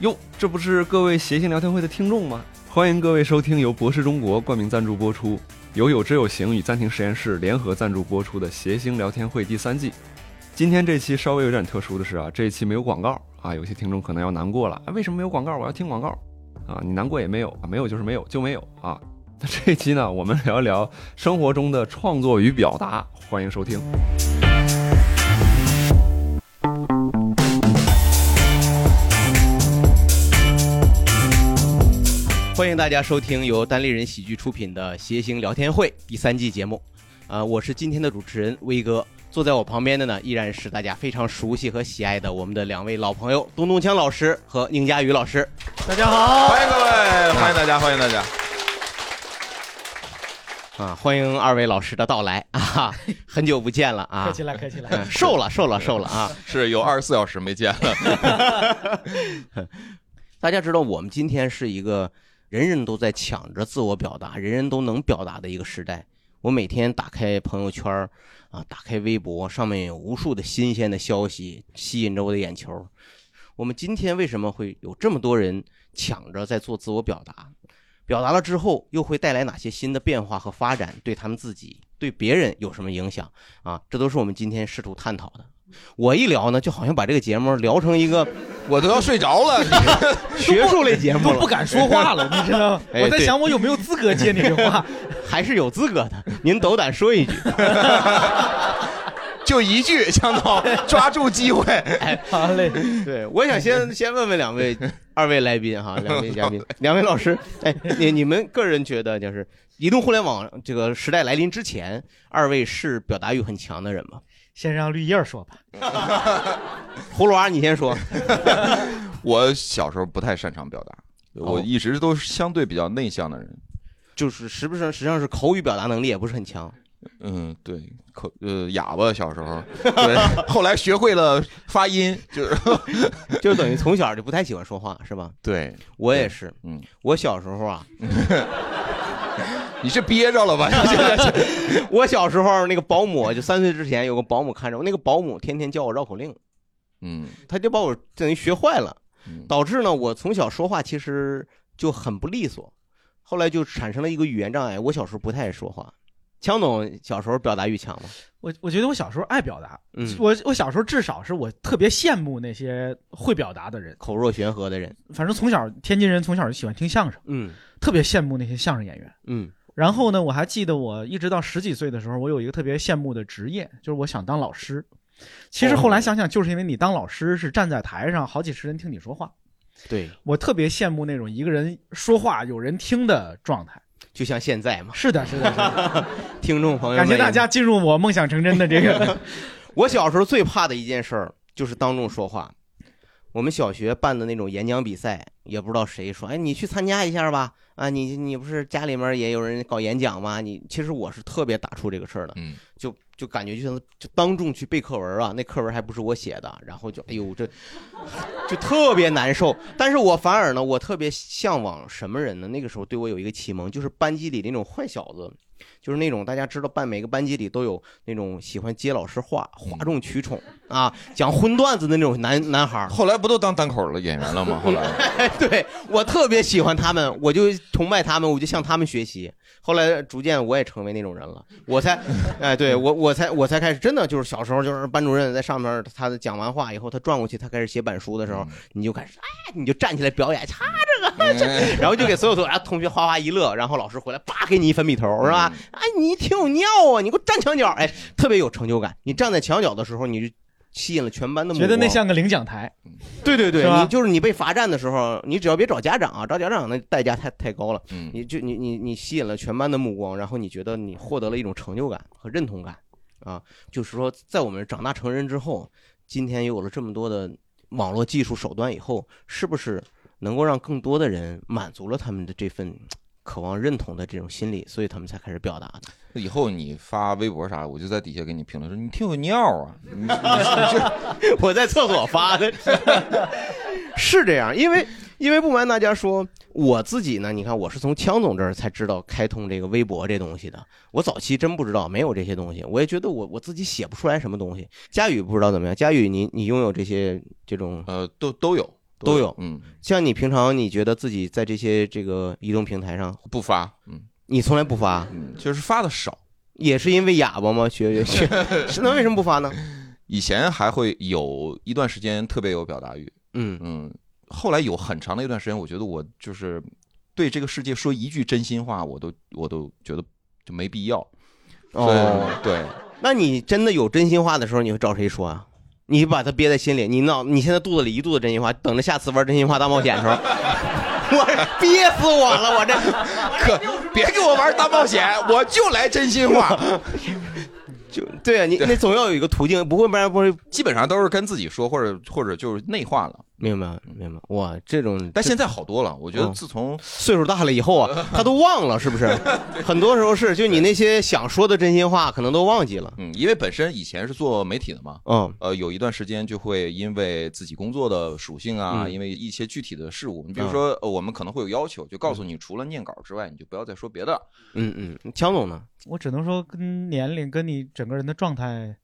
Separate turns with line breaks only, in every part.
哟，这不是各位谐星聊天会的听众吗？欢迎各位收听由博士中国冠名赞助播出，由有知有行与暂停实验室联合赞助播出的《谐星聊天会》第三季。今天这期稍微有点特殊的是啊，这一期没有广告啊，有些听众可能要难过了，啊、为什么没有广告？我要听广告啊！你难过也没有啊，没有就是没有就没有啊。那这一期呢，我们聊一聊生活中的创作与表达，欢迎收听。
欢迎大家收听由单立人喜剧出品的《谐星聊天会》第三季节目，啊、我是今天的主持人威哥，坐在我旁边的呢依然是大家非常熟悉和喜爱的我们的两位老朋友东东锵老师和宁佳宇老师。
大家好，
欢迎各位，欢迎大家，欢迎大家。
啊，欢迎二位老师的到来啊哈，很久不见了啊，
客气了客气了
嗯瘦了瘦了瘦了啊，
是有二十四小时没见了，
大家知道，我们今天是一个人人都在抢着自我表达、人人都能表达的一个时代。我每天打开朋友圈儿啊，打开微博，上面有无数的新鲜的消息吸引着我的眼球。我们今天为什么会有这么多人抢着在做自我表达？表达了之后，又会带来哪些新的变化和发展？对他们自己、对别人有什么影响啊？这都是我们今天试图探讨的。我一聊呢，就好像把这个节目聊成一个
我都要睡着了。
学术类节目
都
了
不敢说话了，你知道吗？
哎
我在
对
想哦我有没有资格接你这话。
还是有资格的。您斗胆 说一句，
就一句，强总抓住机会。
哎好嘞，哎
对我想先先问问两位二位来宾 哈，两位嘉宾，两位老师，哎，你你们个人觉得就是移动互联网这个时代来临之前，二位是表达欲很强的人吗？
先让绿叶儿说吧。
葫芦娃，你先说。
我小时候不太擅长表达，我一直都是相对比较内向的人。
哦就是实不是实际 上是口语表达能力也不是很强，
嗯，对，可呃哑巴小时候，对，后来学会了发音，就是
就等于从小就不太喜欢说话，是吧？
对。
我也是，
嗯，
我小时候啊，
你是憋着了吧？
我小时候那个保姆就三岁之前有个保姆看着我，那个保姆天天教我绕口令，
嗯
她就把我等于学坏了。
嗯
导致呢，我从小说话其实就很不利索，后来就产生了一个语言障碍。我小时候不太爱说话。强总小时候表达欲强吗？
我我觉得我小时候爱表达，
嗯，
我我小时候至少是我特别羡慕那些会表达的人。
口若悬河的人。
反正从小天津人从小就喜欢听相声，
嗯
特别羡慕那些相声演员。
嗯
然后呢，我还记得我一直到十几岁的时候，我有一个特别羡慕的职业，就是我想当老师。其实后来想想，就是因为你当老师是站在台上，好几十人听你说话，
对，
我特别羡慕那种一个人说话有人听的状态。
就像现在嘛，
是的，是的，是的
听众朋友们，
感谢大家。进入我梦想成真的这 个。
我小时候最怕的一件事儿就是当众说话。我们小学办的那种演讲比赛，也不知道谁说，哎，你去参加一下吧。啊，你你不是家里面也有人搞演讲吗？你其实我是特别打怵这个事儿的。
嗯，
就就感觉就像就当众去背课文啊，那课文还不是我写的，然后就哎呦这就特别难受。但是我反而呢，我特别向往什么人呢？那个时候对我有一个启蒙，就是班级里那种坏小子，就是那种大家知道，班每个班级里都有那种喜欢接老师话、哗众取宠啊、讲荤段子的那种男男孩儿。
后来不都当单口了演员了吗？后来，
对我特别喜欢他们，我就崇拜他们，我就向他们学习。后来逐渐我也成为那种人了，我才，哎，对我我才我才开始真的就是小时候就是班主任在上面他讲完话以后，他转过去他开始写板书的时
嗯
候，你就开始哎你就站起来表演，擦，
哎
嗯
然后就给所有同同学哗哗一乐，然后老师回来叭给你一粉笔头是吧？
嗯
哎你挺有尿啊，你给我站墙角，哎特别有成就感。你站在墙角的时候，你就吸引了全班的目
觉
光。
得那像个领奖台，
对对对
是，吧
你就是你被罚站的时候，你只要别找家长啊，找家长那代价太太高了。
嗯，
你就你你你吸引了全班的目光，然后你觉得你获得了一种成就感和认同感啊，就是说，在我们长大成人之后，今天有了这么多的网络技术手段以后，是不是能够让更多的人满足了他们的这份渴望认同的这种心理，所以他们才开始表达的？
以后你发微博啥，我就在底下给你评论说你挺有尿啊，你你这
我在厕所发的，是这样，因为因为不瞒大家说，我自己呢，你看我是从枪总这儿才知道开通这个微博这东西的，我早期真不知道，没有这些东西，我也觉得我我自己写不出来什么东西。佳宇不知道怎么样，佳宇你你拥有这些这种
呃，都都有，
都有。
嗯，
像你平常你觉得自己在这些这个移动平台上
不发，嗯，
你从来不发，
就是发的少，
也是因为哑巴吗？学学，是那为什么不发呢？
以前还会有一段时间特别有表达欲，
嗯
嗯，后来有很长的一段时间，我觉得我就是对这个世界说一句真心话，我都我都觉得就没 必要。所以
哦
对，
那你真的有真心话的时候，你会找谁说啊？你把它憋在心里，你脑你现在肚子里一肚子真心话，等着下次玩真心话大冒险的时候， 我憋死我了， 我这
可别给我玩大冒 险，我就来真心话。
就对啊，你那总要有一个途径，不会不然不会
基本上都是跟自己说，或者或者就是内化了。
明白明白。哇，这种
但现在好多了，我觉得自从
岁数大了以后 啊，他都忘了是不是？很多时候是，就你那些想说的真心话，可能都忘记了。
嗯，因为本身以前是做媒体的嘛，
嗯，
呃，有一段时间就会因为自己工作的属性啊，
嗯
因为一些具体的事物，你比如说、呃我们可能会有要求，就告诉你除了念稿之外，你就不要再说别的。
嗯嗯，强总呢？
我只能说跟年龄、跟你整个人的状态、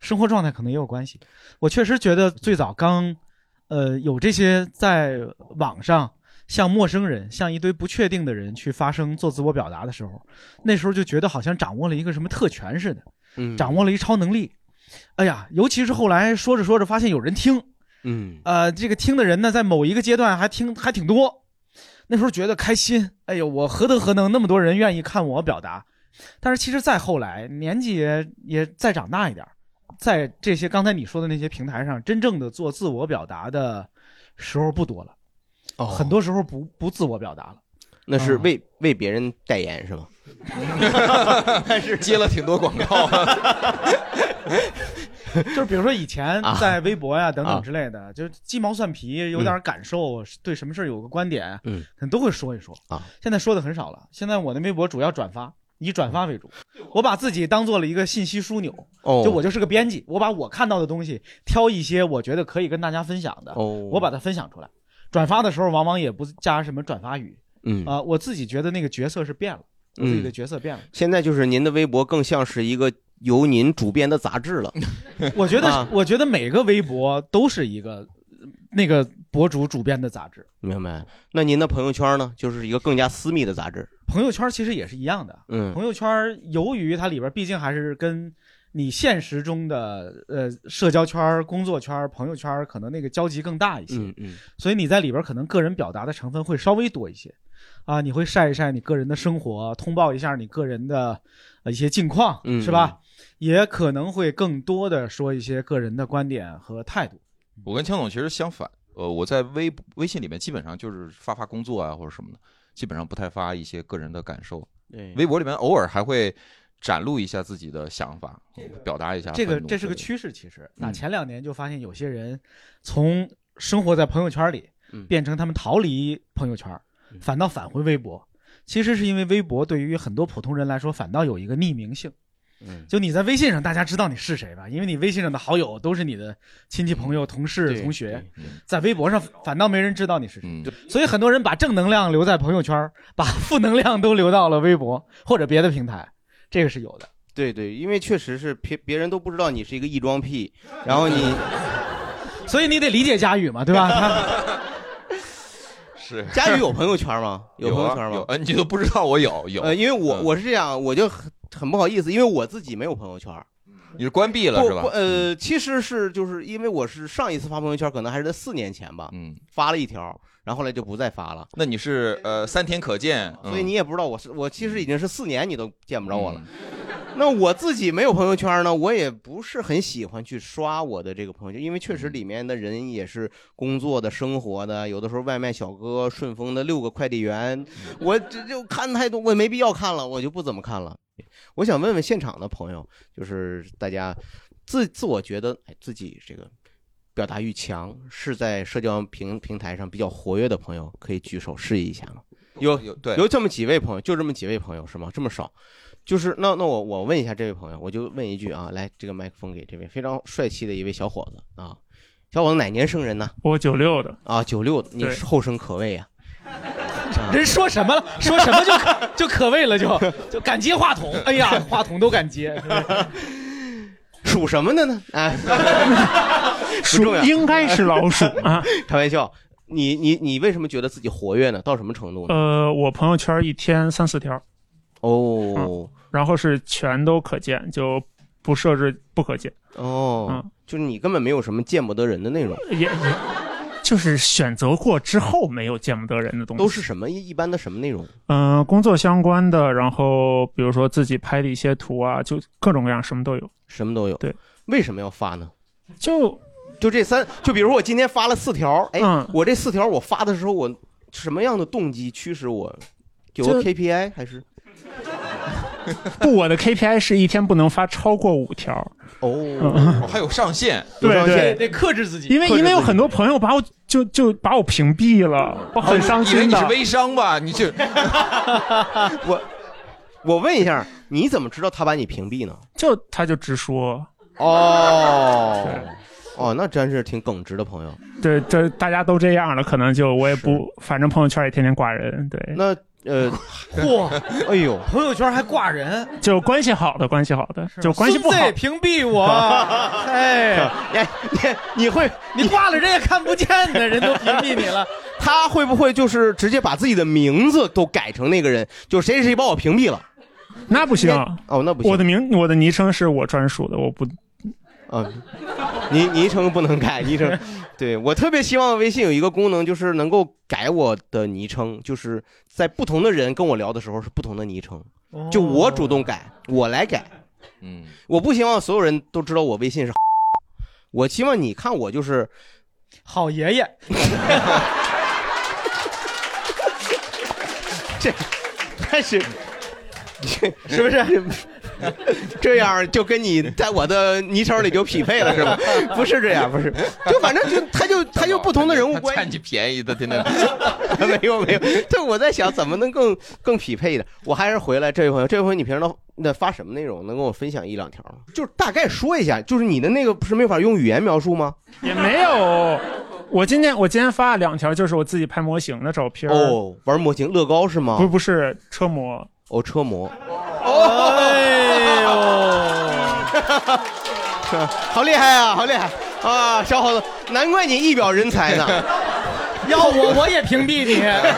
生活状态可能也有关系。我确实觉得最早刚，呃，有这些在网上向陌生人、向一堆不确定的人去发声、做自我表达的时候，那时候就觉得好像掌握了一个什么特权似的，
嗯
掌握了一超能力。哎呀，尤其是后来说着说着发现有人听，
嗯
呃，这个听的人呢，在某一个阶段还听还挺多，那时候觉得开心，哎呦，我何德何能，那么多人愿意看我表达。但是其实再后来，年纪也也再长大一点儿，在这些刚才你说的那些平台上，真正的做自我表达的时候不多了，
哦
很多时候不不自我表 达了。
那是
嗯
啊
为、为别人代言是吧？
接了挺多广告，
就是比如说以前
啊
在微博呀、等
啊
等之类的，就是鸡毛蒜皮，有点感受，对什么事儿有个观点，
嗯，
可能都会说一说
啊。
现在说的很少了，现在我的微博主要转发，以转发为主。我把自己当做了一个信息枢纽，
哦，
就我就是个编辑，我把我看到的东西挑一些我觉得可以跟大家分享的，
哦，
我把它分享出来。转发的时候往往也不加什么转发语
嗯
啊、我自己觉得那个角色是变了，我自己的角色变了。
现在就是您的微博更像是一个由您主编的杂志了。
我觉得
啊，
我觉得每个微博都是一个呃那个博主主编的杂志。
明白？那您的朋友圈呢，就是一个更加私密的杂志。
朋友圈其实也是一样的，
嗯
朋友圈由于它里边毕竟还是跟你现实中的呃社交圈、工作圈、朋友圈可能那个交集更大一些，
嗯嗯，
所以你在里边可能个人表达的成分会稍微多一些，啊，你会晒一晒你个人的生活，通报一下你个人的呃一些近况，
嗯
是吧？也可能会更多的说一些个人的观点和态度。
我跟强总其实相反，呃，我在微微信里面基本上就是发发工作啊或者什么的，基本上不太发一些个人的感受。
哎
对
微博里面偶尔还会展露一下自己的想法，表达一下
这个
愤怒
这是个
之类
趋势，其实
嗯
打前两年就发现有些人从生活在朋友圈里
嗯，
变成他们逃离朋友圈
嗯，
反倒返回微博。其实是因为微博对于很多普通人来说，反倒有一个匿名性。
嗯
就你在微信上，大家知道你是谁吧？因为你微信上的好友都是你的亲戚、朋友、同事、
嗯对
同学，
的，嗯
在微博上反倒没人知道你是谁。
嗯，
所以很多人把正能量留在朋友圈，把负能量都留到了微博或者别的平台，这个是有的。
对对，因为确实是别别人都不知道你是一个异装癖，然后你
所以你得理解佳宇嘛，对吧？他
是
佳宇有朋友圈吗？朋友
啊
圈 吗？
有，呃，你都不知道我有有，
呃，因为我
嗯
我是这样，我就很很不好意思，因为我自己没有朋友圈。
嗯你是关闭了是吧嗯
不不？呃，其实是就是因为我是上一次发朋友圈，可能还是在四年前吧，
嗯，
发了一条，然后后来就不再发了。
那你是呃三天可见，嗯
所以你也不知道我是我，其实已经是四年你都见不着我了。。
嗯
那我自己没有朋友圈呢，我也不是很喜欢去刷我的这个朋友圈，因为确实
嗯
里面的人也是工作的、生活的，有的时候外卖小哥、顺丰的六个快递
嗯
员，我这就看太多，我也没必要看了，我就不怎么看了。我想问问现场的朋友，就是大家自自我觉得哎自己这个表达欲强，是在社交平平台上比较活跃的朋友，可以举手示意一下吗？有
有对
有这么几位朋友，就这么几位朋友是吗？这么少，就是那那我我问一下这位朋友，我就问一句啊，来这个麦克风给这位非常帅气的一位小伙子啊，小伙子哪年生人呢？
我九六的，
啊，九六，你
对
是后生可 畏啊。啊
人说什么 了？说什么就可就可畏了就，就敢接话筒。哎呀， 话筒都敢接。
属啊 什么的呢？哎，不
属
重要
应该是老鼠啊。
开玩笑。你你你为什么觉得自己活跃呢？到什么程度呢？
呃，我朋友圈一天三四条，呃嗯
哦
然后是全都可见，就不设置不可见，
哦，
嗯
就是你根本没有什么见不得人的内容，
也也就是选择过之后没有见不得人的东西。
都是什么一一般的什么内容？
嗯、工作相关的，然后比如说自己拍的一些图啊，就各种各样，什么都有。
什么都有。
对，
为什么要发呢？
就
就这三，就比如说我今天发了四条，哎，
嗯
我这四条我发的时候，我什么样的动机驱使我？有
就
个 KPI 还是？
不，我的 KPI 是一天不能发超过五条。
哦，还有上限，
对
有上限
对
得克制自己
因为因为有很多朋友把我就就把我屏蔽了，
嗯
我很伤
哦以为
心
你
的
是。微商 吧？你 这
我我问一下，你怎么知道他把你屏蔽呢？
就他就直说，
哦哦，那真是挺耿直的朋友。
对，这大家都这样了，可能就我也不，反正朋友圈也天天挂人，对。
那呃，
嚯，
哎呦，
朋友圈还挂人，
就关系好的，关系好的，就关系不好
孙，子屏蔽 我，哎，
哎，你你会
你挂了人也看不见的，人都屏蔽你了。
他会不会就是直接把自己的名字都改成那个人？就谁谁谁把我屏蔽了？
那不行。
哦，那不行。
我的名，我的昵称是我专属的，我不
啊，昵昵称不能改，昵称。对我特别希望微信有一个功能，就是能够改我的昵称，就是在不同的人跟我聊的时候是不同的昵称，就我主动改，我来改。
嗯，
我不希望所有人都知道我微信是，我希望你看我就是
好爷爷，
这，但 是。是不是 这样就跟你在我的昵称里就匹配了是吧？不是这样，不是，就反正就他就他就不同的人物关系
占，你便宜的，真的。
没有没有，对，我在想怎么能更更匹配的。我还是回来这位朋友，这位朋友你平时都那发什么内容？能跟我分享一两条吗？ 就是大概说一下，就是你的那个不是没法用 语言描述吗？
也没有。我今天我今天发了两条，就是我自己拍模型的照片。，
哦，玩模型乐高是
不
吗？
不是车模，
哦，车模，哦
哎呦，
好厉害啊，好厉害啊，小伙子，难怪你一表人才呢。
要我我也屏蔽你，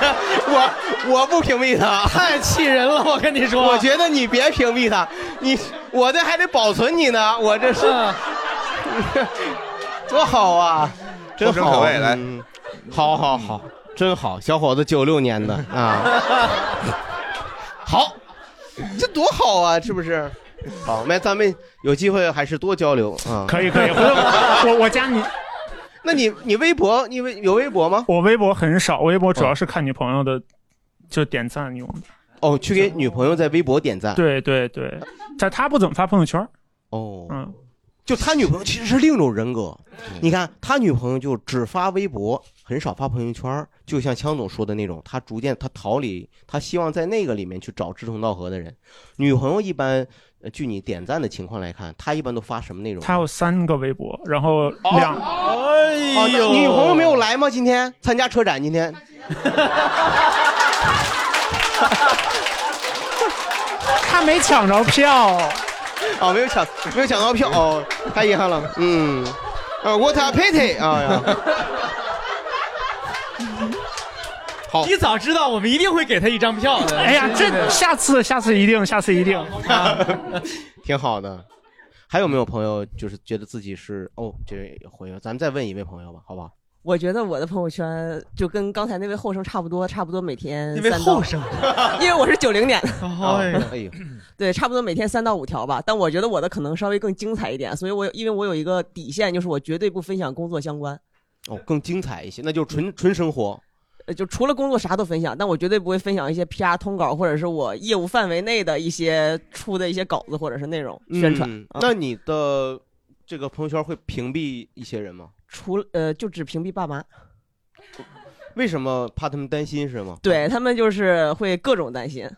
我我不屏蔽他，
太气人了，我跟你说。
我觉得你别屏蔽他，你我这还得保存你呢，我这是
嗯
多好啊，真
后生可
好，
畏来嗯
嗯好好好，真好，小伙子九六年的啊， 好，这多好啊，是不是？好，那咱们有机会还是多交流啊。
可以可以，回 头我我加你。
那你你微博，你微有微博吗？
我微博很少，微博主要是看女朋友的，就点赞用。
哦，去给女朋友在微博点赞。
对对对，但他不怎么发朋友圈，
哦，
嗯，
就他女朋友其实是另一种人格。你看他女朋友就只发微博，很少发朋友圈，就像枪总说的那种，他逐渐他逃离，他希望在那个里面去找志同道合的人。女朋友一般，呃据你点赞的情况来看，她一般都发什么内容？
他有三个微博，然后两、
哦，那女朋友没有来吗？今天参加车展，今天。
他没抢着票，
哦，没有抢，没有抢到票，哦，太遗憾了。嗯，呃，what a pity 啊、呀，
你早知道我们一定会给他一张票的。
哎呀，这下次下次一定，下次一定，
挺好的。还有没有朋友就是觉得自己是哦，这位回友，咱们再问一位朋友吧，好不好？
我觉得我的朋友圈就跟刚才那位后生差不多，差不多每天
因为
三到
后，生，
因为我是九零年的，
啊
哎呀，
哎呦，
对，差不多每天三到五条吧。但我觉得我的可能稍微更精彩一点，所以我有因为我有一个底线，就是我绝对不分享工作相关，
哦，更精彩一些，那就纯纯生活。
呃，就除了工作啥都分享，但我绝对不会分享一些 PR 通稿或者是我业务范围内的一些出的一些稿子或者是内容宣传。
嗯
啊
那你的这个朋友圈会屏蔽一些人吗？
除了呃，就只屏蔽爸妈，
为什么怕他们担心是吗？
对他们就是会各种担心。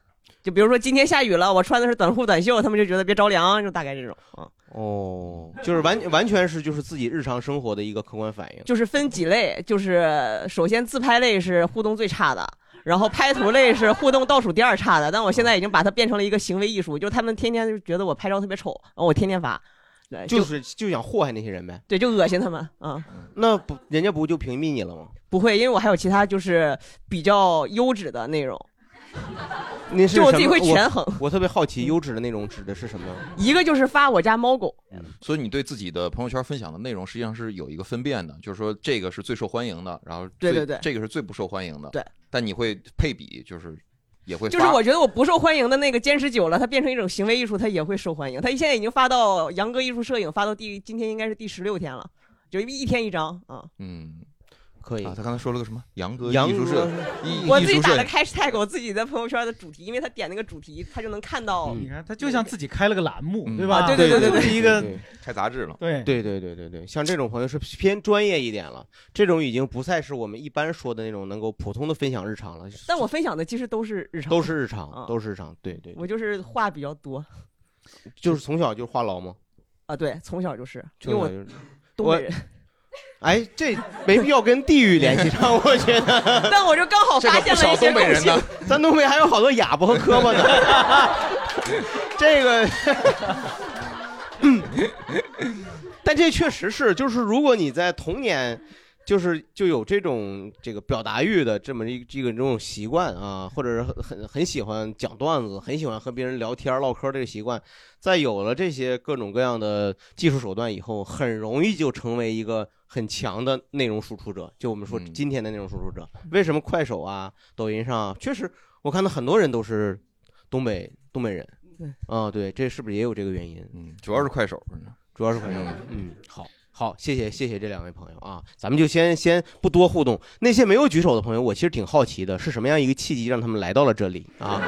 就比如说今天下雨了，我穿的是短裤短袖，他们就觉得别着凉，就大概这种啊，
哦，就是完完全是就是自己日常生活的一个客观反应。
就是分几类，就是首先自拍类是互动最差的，然后拍图类是互动倒数第二差的，但我现在已经把它变成了一个行为艺术，就是他们天天就觉得我拍照特别丑，然后我天天发，对，
就
就是
就想祸害那些人呗，
对，就恶心他们啊、
那不人家不就屏蔽你了吗？
不会，因为我还有其他就是比较优质的内容。
那是
就我
什
自己
么
会权衡嗯
我。我特别好奇，优质的内容指的是什么？
一个就是发我家猫狗，
所以你对自己的朋友圈分享的内容实际上是有一个分辨的，就是说这个是最受欢迎的，然后最
对对对
这个是最不受欢迎的。
对，
但你会配比，就是也会
就是
发
我觉得我不受欢迎的那个坚持久了，它变成一种行为艺术，它也会受欢迎。它现在已经发到杨哥艺术摄影发到第今天应该是第十六天了，就一天一张啊。
嗯，
可以
啊。他刚才说了个什么？杨哥
杨
艺术
哥
社，艺
我
艺
自己
术
打
摄
了
影
hashtag，我自己在朋友圈的主题，因为他点那个主题，他就能看到。
你看，他就像自己开了个栏目，
嗯
对
啊
吧？
对对对对
就是一个
对
开杂志了。
对
对对对对对，像这种朋友是偏专业一点了，这种已经不再是我们一般说的那种能够普通的分享日常了，
但我分享的其实都是日常，
都是日
啊
常，都是日常。对对，
我就是话比较多
就是从小就话痨嘛，
啊，对，从小就是，因为
从小
我
就是。
东北人，
哎，这没必要跟地域联 系上，我觉得
但我就刚好
这
发
个
现
不
了
少
一些
东北
共
人
性
呢。，
咱东北还有好多哑巴和 磕巴呢。这个， 但这确实是，就是如果你在童年。就是就有这种这个表达欲的这么一这个这种习惯啊，或者是很很很喜欢讲段子，很喜欢和别人聊天唠嗑这个习惯，在有了这些各种各样的技术手段以后，很容易就成为一个很强的内容输出者。就我们说
嗯
今天的内容输出者，为什么快手啊、抖音上啊确实我看到很多人都是东北东北人
对，
啊、对，这是不是也有这个原因？
嗯，主要是快手。反正
主要是快手。嗯，好，好，谢谢谢谢这两位朋友啊，咱们就先先不多互动。那些没有举手的朋友，我其实挺好奇的，是什么样一个契机让他们来到了这里啊？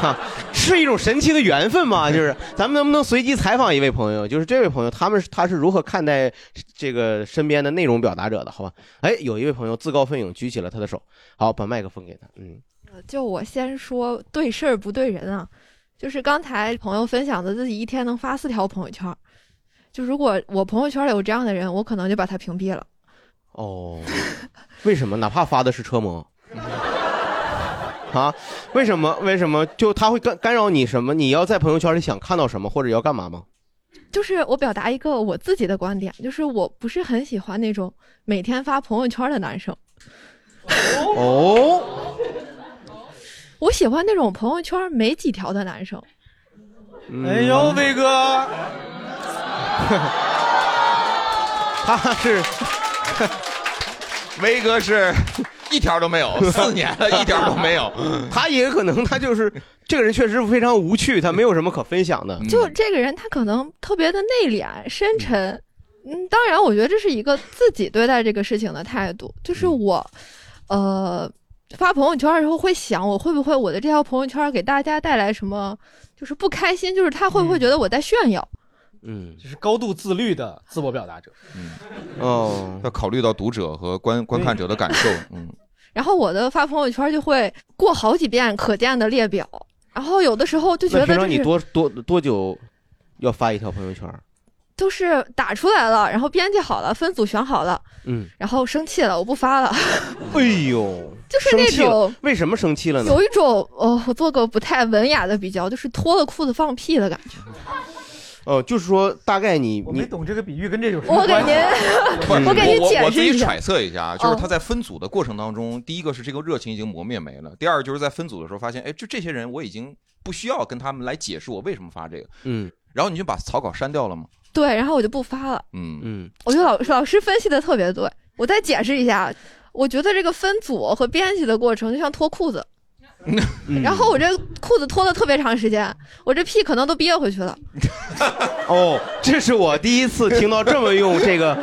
哈，是一种神奇的缘分吗？就是咱们能不能随机采访一位朋友？就是这位朋友，他们是他是如何看待这个身边的内容表达者的？好吧？哎，有一位朋友自告奋勇举起了他的手，好，把麦克风给他。嗯，
就我先说对事儿不对人啊，就是刚才朋友分享的自己一天能发四条朋友圈儿，就如果我朋友圈里有这样的人，我可能就把他屏蔽了。
哦，为什么？哪怕发的是车模。 啊，为什么？为什么？就他会干干扰你什么？你要在朋友圈里想看到什么，或者要干嘛吗？
就是我表达一个我自己的观点，就是我不是很喜欢那种每天发朋友圈的男生，
哦，
我喜欢那种朋友圈没几条的男生。
嗯
哎呦，，威哥，
他是
威哥是一条都没有，哦四年 了，一条都没有。
他也可能他就是这个人，确实非常无趣，他没有什么可分享的。嗯
就这个人，他可能特别的内敛、深沉。嗯，当然，我觉得这是一个自己对待这个事情的态度。就是
嗯
我，呃，发朋友圈的时候会想，我会不会我的这条朋友圈给大家带来什么，就是不开心，就是他会不会觉得我在炫耀？
嗯，
就是高度自律的自我表达者。
哦，
要考虑到读者和观观看者的感受。 嗯，
然后我的发朋友圈就会过好几遍可见的列表，然后有的时候就觉
那
得
平
这
常你
是
多多多久要发一条朋友圈？
都是打出来了，然后编辑好了，分组选好了，
嗯，
然后生气了，我不发了，
哎呦，
就是
生
那
气了
种。
为什么生气了呢？
有一种哦，我做个不太文雅的比较，就是脱了裤子放屁的感觉。
哦，就是说大概你
我
你
没懂这个比喻跟这有什么
我给
关系
您，
不是
我给你
我
解
我
释
自己
一下
揣测一下啊，就是
哦
他在分组的过程当中，第一个是这个热情已经磨灭没了，第二就是在分组的时候发现，哎，就这些人我已经不需要跟他们来解释我为什么发这个，
嗯
然后你就把草稿删掉了吗？
对，然后我就不发了。
嗯，
嗯
我觉得老老师分析的特别对，我再解释一下。我觉得这个分组和编辑的过程就像脱裤子，
嗯
然后我这裤子脱了特别长时间，我这屁可能都憋回去了。
哦，这是我第一次听到这么用 这个，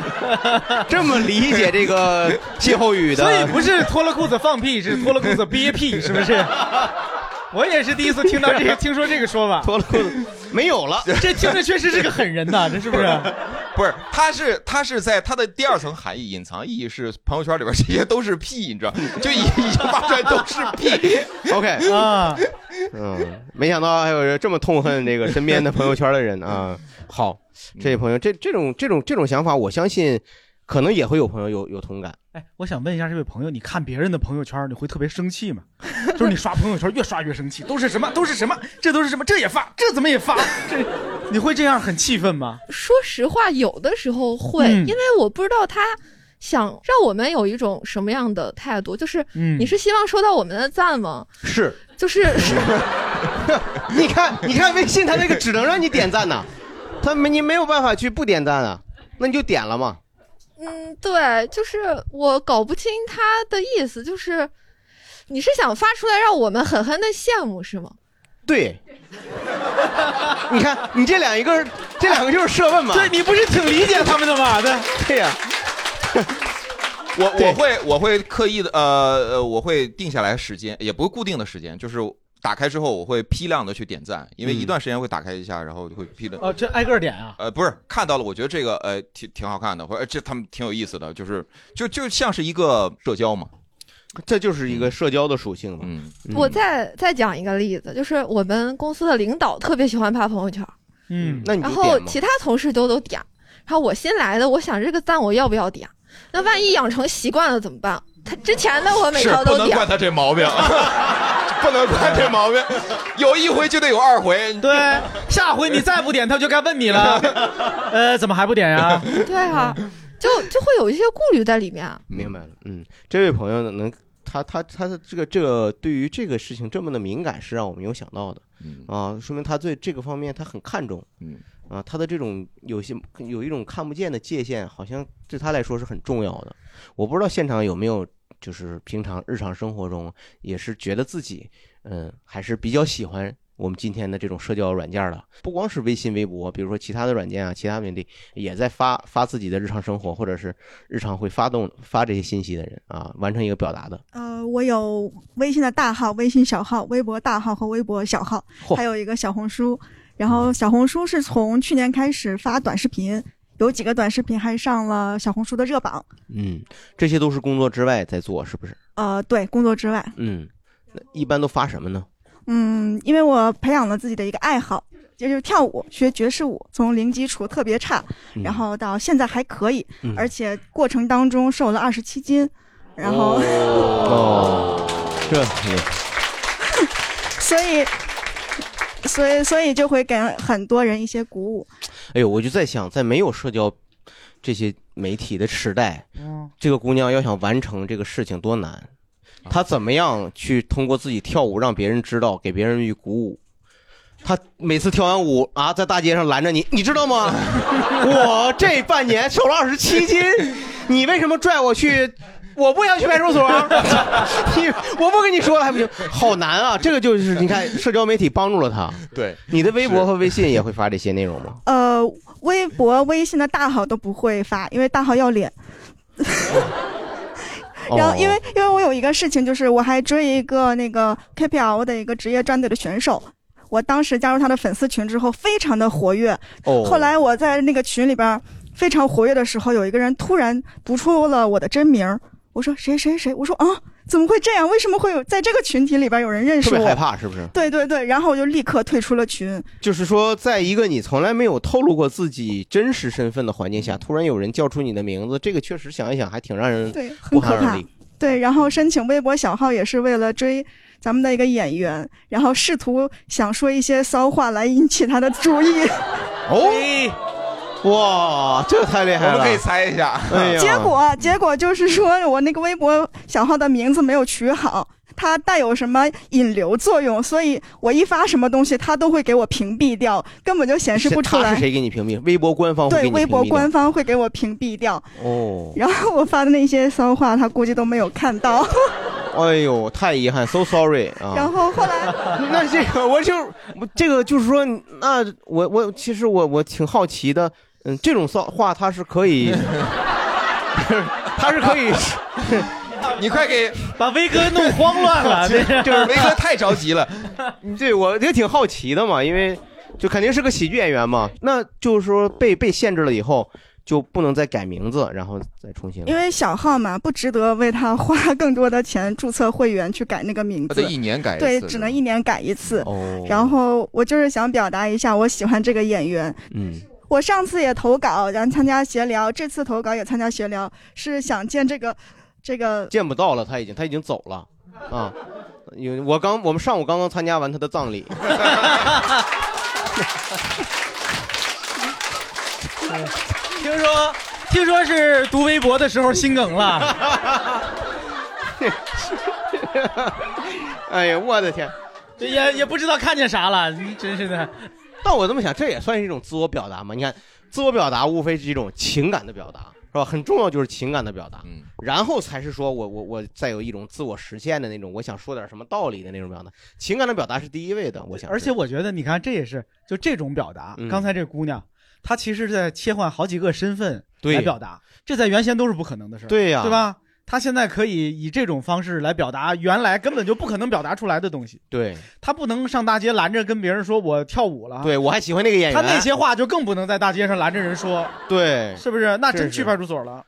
这么理解这个 歇后语
所以
的。
不是脱了裤子放屁，是脱了裤子憋屁，是不是？我也是第一次听到这 个，听说这个说法，
脱了裤子没有了，
这听着确实是个狠人 呐，这是不是？
不是，他是他是在他的第二层含义隐藏意义是朋友圈里边这些都是屁，你知道，就已已经发出来都是屁。
OK，
啊，
嗯，没想到还有人这么痛恨这个身边的朋友圈的人啊。好，这位朋友，这这种这种这种想法，我相信可能也会有朋友有有同感。
哎，我想问一下这位朋友，你看别人的朋友圈，你会特别生气吗？ 就是你刷朋友圈越刷越生气，都是什么，都是什么，这都是什么，这也发，这怎么也发， 这你会这样很气愤吗？
说实话，有的时候会，
嗯
因为我不知道他想让我们有一种什么样的态度？就是
嗯
你是希望收到我们的赞吗？
是，
就是是
你看，你看微信它那个只能让你点赞呐，它没你没有办法去不点赞啊，那你就点了嘛。
嗯，对，就是我搞不清他的意思，就是你是想发出来让我们狠狠的羡慕是吗？
对，你看你这两一个，这两个就是设问嘛。
对你不是挺理解他们的吗？对，
对呀、
我
对
我会我会刻意的呃呃，我会定下来时间，也不是固定的时间，就是打开之后我会批量的去点赞，因为
嗯
一段时间会打开一下，然后就会批量。
哦，这挨个儿点啊。
呃，不是看到了，我觉得这个呃挺挺好看的，或者呃这他们挺有意思的，就是就就像是一个社交嘛，
这就是一个社交的属性嘛。
嗯，
我再再讲一个例子，就是我们公司的领导特别喜欢发朋友圈，
嗯，
那你就
然
点
后
嘛
其他同事都都点，然后我新来的，我想这个赞我要不要点？那万一养成习惯了怎么办？他之前的我每
是
条
不
都
能
点
怪，他这 毛病，不能怪这毛病，有一回就得有二回，
对，下回你再不 点，他就该问你了。 呃，怎么还不点呀？
对啊，就就会有一些顾虑在里面。啊
明白了，嗯，这位朋友呢，能他他他的这个这个对于这个事情这么的敏感，是让我没有想到的
嗯
啊，说明他对这个方面他很看重
嗯
啊，他的这种有些有一种看不见的界限，好像对他来说是很重要的。我不知道现场有没有，就是平常日常生活中也是觉得自己嗯还是比较喜欢。我们今天的这种社交软件的，不光是微信、微博，比如说其他的软件啊，其他媒体也在发发自己的日常生活，或者是日常会发动发这些信息的人啊，完成一个表达的。
呃，我有微信的大号、微信小号、微博大号和微博小号
嚯，
还有一个小红书。然后小红书是从去年开始发短视频，有几个短视频还上了小红书的热榜。
嗯，这些都是工作之外在做，是不是？
呃，对，工作之外，
嗯，那一般都发什么呢？
嗯，因为我培养了自己的一个爱好，也就是跳舞，学爵士舞，从零基础特别差，
嗯
然后到现在还可以，
嗯
而且过程当中瘦了二十七斤，然后、
哦，这
所以。所以，所以就会给很多人一些鼓舞。
哎呦，我就在想，在没有社交这些媒体的时代，
嗯，
这个姑娘要想完成这个事情多难，她怎么样去通过自己跳舞让别人知道，给别人以鼓舞？她每次跳完舞啊，在大街上拦着你，你知道吗？我这半年瘦了二十七斤，你为什么拽我去？我不想去派出所，你我不跟你说了还不行，好难啊！这个就是你看，社交媒体帮助了她。
对，
你的微博和微信也会发这些内容吗？
呃，微博、微信的大号都不会发，因为大号要脸。 然后，因为、
哦
因为我有一个事情，就是我还追一个那个 KPL 的一个职业战队的选手，我当时加入他的粉丝群之后，非常的活跃。
哦，
后来我在那个群里边儿非常活跃的时候，有一个人突然读出了我的真名儿，我说谁谁谁，我说啊，怎么会这样？为什么会有在这个群体里边有人认
特
识
别害
我？
怕，是不是？
对对对，然后我就立刻退出了群。
就是说，在一个你从来没有透露过自己真实身份的环境下，
嗯
突然有人叫出你的名字，这个确实想一想还挺让人
对，很
不
可
寒而
怕
栗。。
对，然后申请微博小号也是为了追咱们的一个演员，然后试图想说一些骚话来引起他的注意，
哦，哇，这太厉害
我们
了
可！以猜一下，
哎呀，
结果结果就是说我那个微博小号的名字没有取好，它带有什么引流作用，所以我一发什么东西，它都会给我屏蔽掉，根本就显示不出
他
来
是。谁给你屏蔽？微博官方会
对
给，你
微博
屏蔽的
官方会给我屏蔽掉，
哦，
然后我发的那些骚话，他估计都没有看到。
哎呦，太遗憾，so sorry 啊！
然后后来，
那这个我 就我这个就是说，那我我其实我我挺好奇的，嗯，这种骚话它是可 以，它是可以，
你快给
把威哥弄慌乱了，这是。
就是维哥太着急了，
嗯对我也挺好奇的嘛，因为就肯定是个喜剧演员嘛，那就是说被被限制了以后就不能再改名字，然后再重新来，
因为小号嘛，不值得为他花更多的钱注册会员去改那个名
他哦得
字，
一年改一次，
对，只能一年改一次。
哦，
然后我就是想表达一下，我喜欢这个演员。
嗯，
我上次也投稿，然后参加协聊，这次投稿也参加协聊，是想见这个这个
见不到了，他已经他已经走了啊，因为我刚我们上午刚刚参加完他的葬礼，
嗯
听说听说是读微博的时候心梗了，
哎呀，我的天！
也也不知道看见啥了，你真是的。
但我这么想，这也算是一种自我表达嘛？你看，自我表达无非是一种情感的表达，是吧？很重要就是情感的表达，
嗯，
然后才是说我我我再有一种自我实现的那种，我想说点什么道理的那种表达。情感的表达是第一位的，我想是。
而且我觉得，你看，这也是就这种表达。
嗯
刚才这姑娘，她其实是在切换好几个身份
对
来表达，这在原先都是不可能的事儿，
对呀
对吧？她现在可以以这种方式来表达原来根本就不可能表达出来的东西。
对
她不能上大街拦着跟别人说我跳舞了，
对，我还喜欢那个演员。
她那些话就更不能在大街上拦着人说，
对，
是不是？那
是
真
是
去派出所了。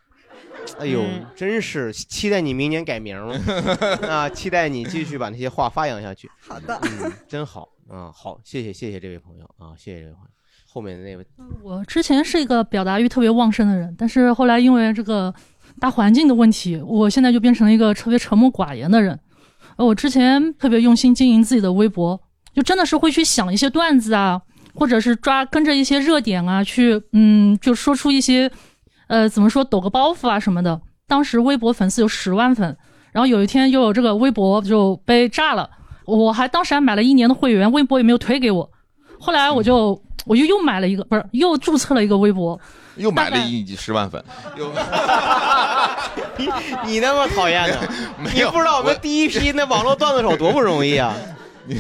哎呦
嗯，
真是期待你明年改名儿啊！期待你继续把那些话发扬下去。
好的，
嗯，真好啊！好，谢谢谢谢这位朋友啊，谢谢这位朋友。后面的那位，
我之前是一个表达欲特别旺盛的人，但是后来因为这个大环境的问题，我现在就变成了一个特别沉默寡言的人。呃，我之前特别用心经营自己的微博，就真的是会去想一些段子啊，或者是抓跟着一些热点啊，去嗯，就说出一些呃怎么说抖个包袱啊什么的。当时微博粉丝有十万粉，然后有一天又有这个微博就被炸了，我还当时还买了一年的会员，微博也没有推给我。后来我就我就又买了一个，不是又注册了一个微博，
又买了
大概
一十万粉，又
你你那么讨厌呢？
没
你
有
不知道我们
我
第一批那网络段子手多不容易啊！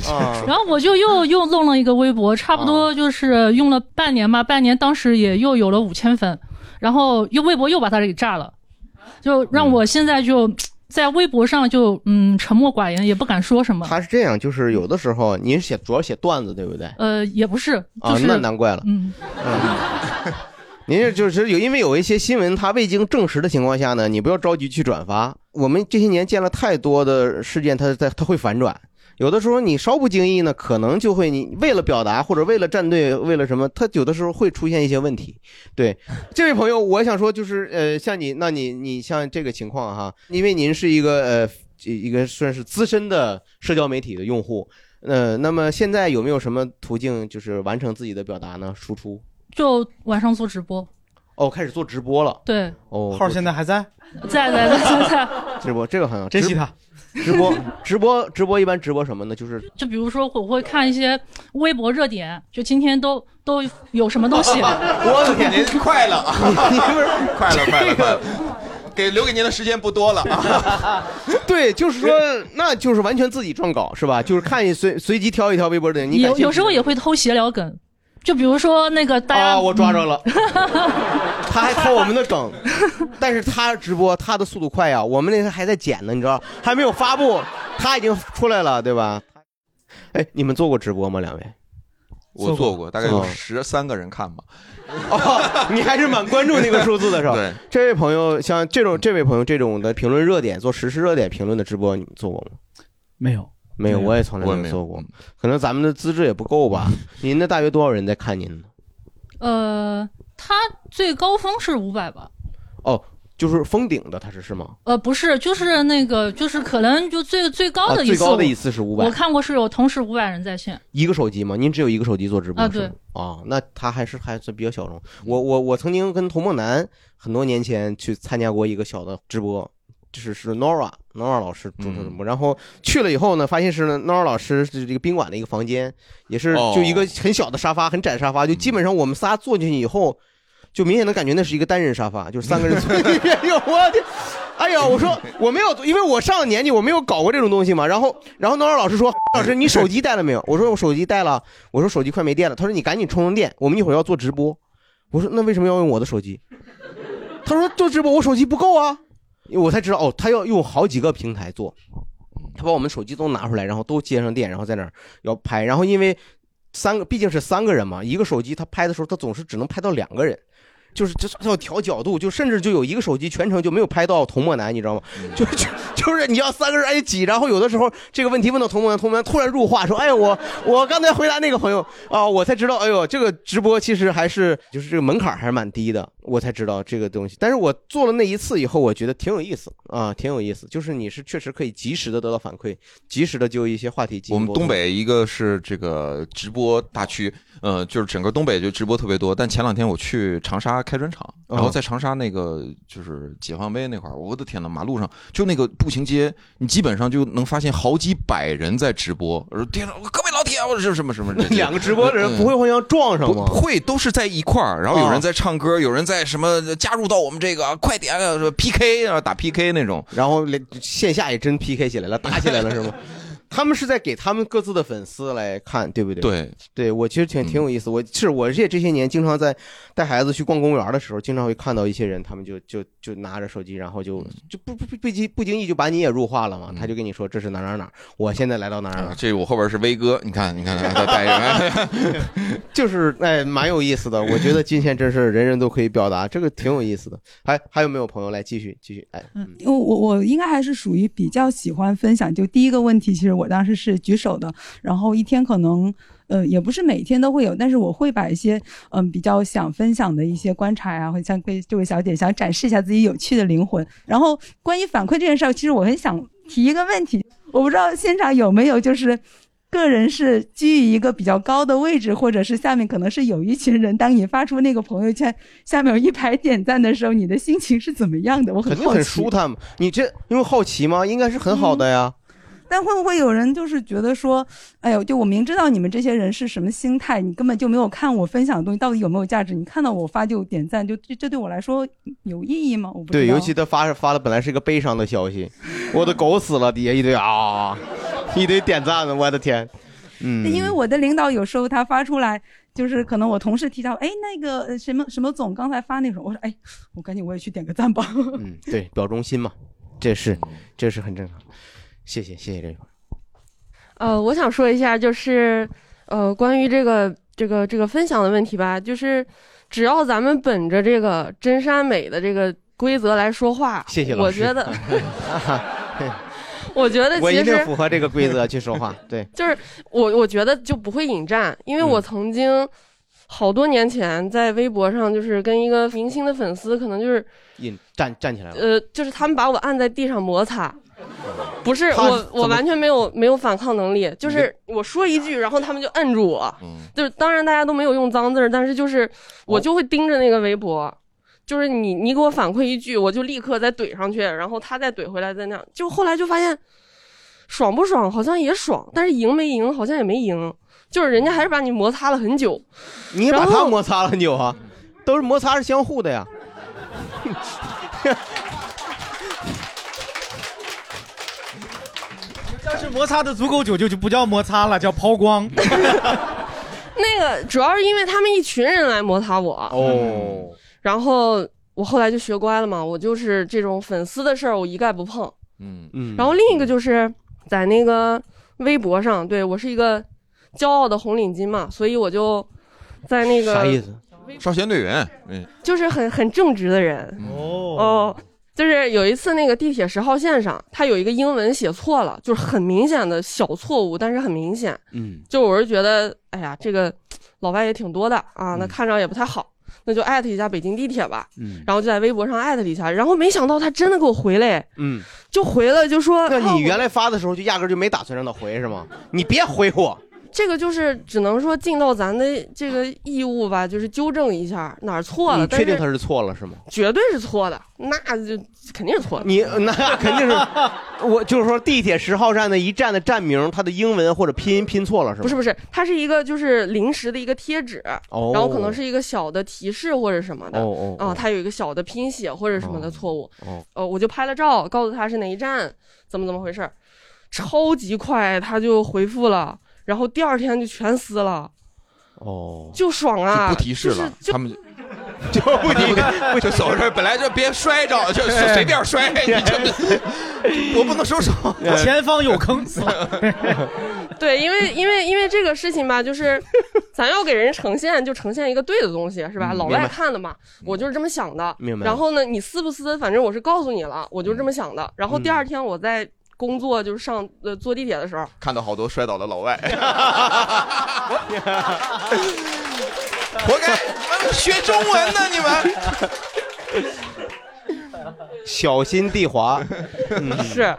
啊，
然后我就又又弄了一个微博，差不
哦
多就是用了半年吧，半年当时也又有了五千粉，然后又微博又把它给炸了，就让我现在
嗯
就在微博上就嗯沉默寡言，也不敢说什么。
他是这样，就是有的时候您写主要写段子，对不对？
呃，也不是，
啊
就，是、
那难怪了。
嗯，
您这就是有，因为有一些新闻它未经证实的情况下呢，你不要着急去转发。我们这些年见了太多的事件，它它它会反转。有的时候你稍不经意呢，可能就会你为了表达或者为了站队，为了什么，它有的时候会出现一些问题。对，这位朋友，我想说就是呃，像你，那你你像这个情况哈，因为您是一个呃一个算是资深的社交媒体的用户，呃，那么现在有没有什么途径就是完成自己的表达呢？输出？
就晚上做直播，
哦，开始做直播了。
对，
哦，
号现在还在，
在在在在在，
直播这个好像
珍惜
直
他。
直播直播直播一般直播什么呢？就是
就比如说我会看一些微博热点，就今天都都有什么东西。
我的天，您快了 啊！快了，快了，
这个
快了！给留给您的时间不多了啊！
对，就是说那就是完全自己撰稿是吧？就是看一随随机挑一条微博的 人，你感
有
兴趣
有时候也会偷闲聊梗，就比如说那个大家，
啊，我抓着 了，他还偷我们的 梗，但是他直播他的速度快呀，我们那个还在剪呢，你知道还没有发布，他已经出来了，对吧？哎，你们做过直播吗？两位？
我做过，大概有
嗯
十三个人看吧。
哦，你还是蛮关注那个数字的是吧？
对，
这位朋友，像这种这位朋友这种的评论热点，做时事热点评论的直播，你们做过吗？
没有，
没有，
没有
我也从来
我也
没
没
有
有
做过。可能咱们的资质也不够 吧。您的大约多少人在看您呢？
呃，他最高峰是五百吧？
哦，就是封顶的，他是是吗？
呃，不是，就是那个，就是可能就最最高
啊，
的一
最
次，
高的一次是五
我
百
我，看过是有同时五百人在线，
一个手机吗？您只有一个手机做直播
啊
是吗
对。
哦，那他还是还算比较小众。我我我曾经跟童梦楠很多年前去参加过一个小的直播。就是是 Nora Nora 老师主持直播，然后去了以后呢，发现是 Nora 老师是这个宾馆的一个房间，也是
哦
就一个很小的沙发，很窄沙发，就基本上我们仨坐进去以后，就明显能感觉那是一个单人沙发，就是三个人坐进去。哎呦我的，哎呀，我说我没有，因为我上了年纪，我没有搞过这种东西嘛。然后，然后 Nora 老师说，老师你手机带了没有？我说我手机带了，我说手机快没电了。他说你赶紧充充电，我们一会儿要做直播。我说那为什么要用我的手机？他说做直播我手机不够啊，我才知道哦，他要用好几个平台做，他把我们手机都拿出来，然后都接上电，然后在那儿要拍，然后因为三个毕竟是三个人嘛，一个手机他拍的时候他总是只能拍到两个人。就是就是要调角度，就甚至就有一个手机全程就没有拍到童墨男，你知道吗？就就就是你要三个人挨挤，然后有的时候这个问题问到童墨男，童墨男突然入话说：“哎呀，我我刚哦才回答那个朋友啊，我才知道，哎呦，这个直播其实还是就是这个门槛还是蛮低的。我才知道这个东西。但是我做了那一次以后，我觉得挺有意思啊，挺有意思。就是你是确实可以及时的得到反馈，及时的就一些话题进
我
行
们
沟通。
东北一个是这个直播大区，呃，就是整个东北就直播特别多。但前两天我去长沙开专场，
嗯
然后在长沙那个就是解放碑那块儿，我的天呐，马路上就那个步行街，你基本上就能发现好几百人在直播。我说天呐，各位老铁，我是什么什么
两个直播的人不会互相撞上吗？
会，都是在一块儿，然后有人在唱歌，有人在什么加入到我们这个，快点啊说 PK 啊，打 PK 那种。
然后连线下也真 PK 起来了，打起来了是 吗？他们是在给他们各自的粉丝来看，对不对？
对，嗯
对我其实挺挺有意思。我是我也这些年经常在带孩子去逛公园的时候，经常会看到一些人，他们就就就拿着手机，然后就
嗯
就不不不不经不经意就把你也入化了嘛。他就跟你说这是哪哪哪，我现在来到哪哪哪，
啊嗯这我后边是威哥，你看，你看，他带着。
就是哎，蛮有意思的。我觉得今天真是人人都可以表达，这个挺有意思的。还还有没有朋友来继续继续？哎，嗯
因为我我应该还是属于比较喜欢分享。就第一个问题，其实我当时是举手的，然后一天可能。呃，也不是每天都会有，但是我会把一些嗯、比较想分享的一些观察呀、会像给这位小姐想展示一下自己有趣的灵魂。然后关于反馈这件事儿，其实我很想提一个问题，我不知道现场有没有就是个人是居于一个比较高的位置，或者是下面可能是有一群人，当你发出那个朋友圈下面有一排点赞的时候，你的心情是怎么样的？我很
肯定
好奇。
很舒坦嘛。你这因为好奇吗？应该是很好的呀。
但会不会有人就是觉得说，哎呦，就我明知道你们这些人是什么心态，你根本就没有看我分享的东西到底有没有价值，你看到我发就点赞，就这这对我来说有意义吗？嗯我不知道
对，尤其他发发的本来是一个悲伤的消息，我的狗死了，底下一堆啊， 一堆点赞的，我的天，嗯，
因为我的领导有时候他发出来，就是可能我同事提到，哎，那个呃什么什么总刚才发那种，我说，哎，我赶紧我也去点个赞吧。
嗯，对表忠心嘛，这是
嗯
这是很正常。谢谢谢谢这一块，
呃，我想说一下，就是呃，关于这个这个这个分享的问题吧，就是只要咱们本着这个真善美的这个规则来说话，
谢谢老
我
师。
觉 得，
得，
我觉得
我
其
一定
实
符合这个规则去说话。对，
就是我我觉得就不会引战，因为
嗯
我曾经好多年前在微博上，就是跟一个明星的粉丝，可能就是
引站站起来了。
呃，就是他们把我按在地上摩擦，不是
他
我，
怎么
我完全没有没有反抗能力，就是我说一句，然后他们就摁住我，
嗯
就是当然大家都没有用脏字儿，但是就是我就会盯着那个围脖，
哦
就是你你给我反馈一句，我就立刻再怼上去，然后他再怼回来，再那样，就后来就发现爽不爽好像也爽，但是赢没赢好像也没赢，就是人家还是把你摩擦了很久，
你也把他摩擦了很久啊，都是摩擦是相互的呀。
要是摩擦的足够久，就就不叫摩擦了，叫抛光。
那个主要是因为他们一群人来摩擦我
哦，
然后我后来就学乖了嘛，我就是这种粉丝的事儿我一概不碰。
嗯
嗯
然后另一个就是在那个微博上，对我是一个骄傲的红领巾嘛，所以我就在那个
啥意思？少先队员，嗯，
就是很很正直的人。哦就是有一次那个地铁十号线上，他有一个英文写错了，就是很明显的小错误，但是很明显。
嗯，
就我是觉得，哎呀，这个老外也挺多的啊，那看着也不太好，那就艾特一下北京地铁吧。
嗯
然后就在微博上艾特了一下，然后没想到他真的给我回嘞，
嗯，
就回了就说，
那
啊
你
我
原来发的时候就压根儿就没打算让他回是吗？你别回我。
这个就是只能说尽到咱的这个义务吧，就是纠正一下哪儿错了，
你确定他
但是
是错了是吗？
绝对是错的，那就肯定是错的。
你 那肯定是，我就是说地铁十号站的一站的站名，它的英文或者拼音拼错了是吗？
不是不是，它是一个就是临时的一个贴纸，
哦
然后可能是一个小的提示或者什么的，
哦哦哦
啊，它有一个小的拼写或者什么的错误，
哦
呃，我就拍了照，告诉他是哪一站，怎么怎么回事儿，超级快他就回复了，然后第二天就全撕了，
哦，
就爽啊，
就不提示
就
了
是，
他们就
就不
提，就走这儿，本来就别摔 着，就
哎
就随便摔，你 这我不能收手，
哎
前方有坑， 死
对，因为因为因为这个事情吧，就是 咱要给人呈现，就呈现一个对的东西，是吧？
嗯
老
明
外
白
看的嘛，我就是这么想的。
明白嗯
然后呢，你撕不撕，反正我是告诉你了，我就是这么想的。然后第二天我在工作，就是上呃坐地铁的时候，
看到好多摔倒的老外， 活该！你们学中文呢，你们。
小心地滑。嗯
是，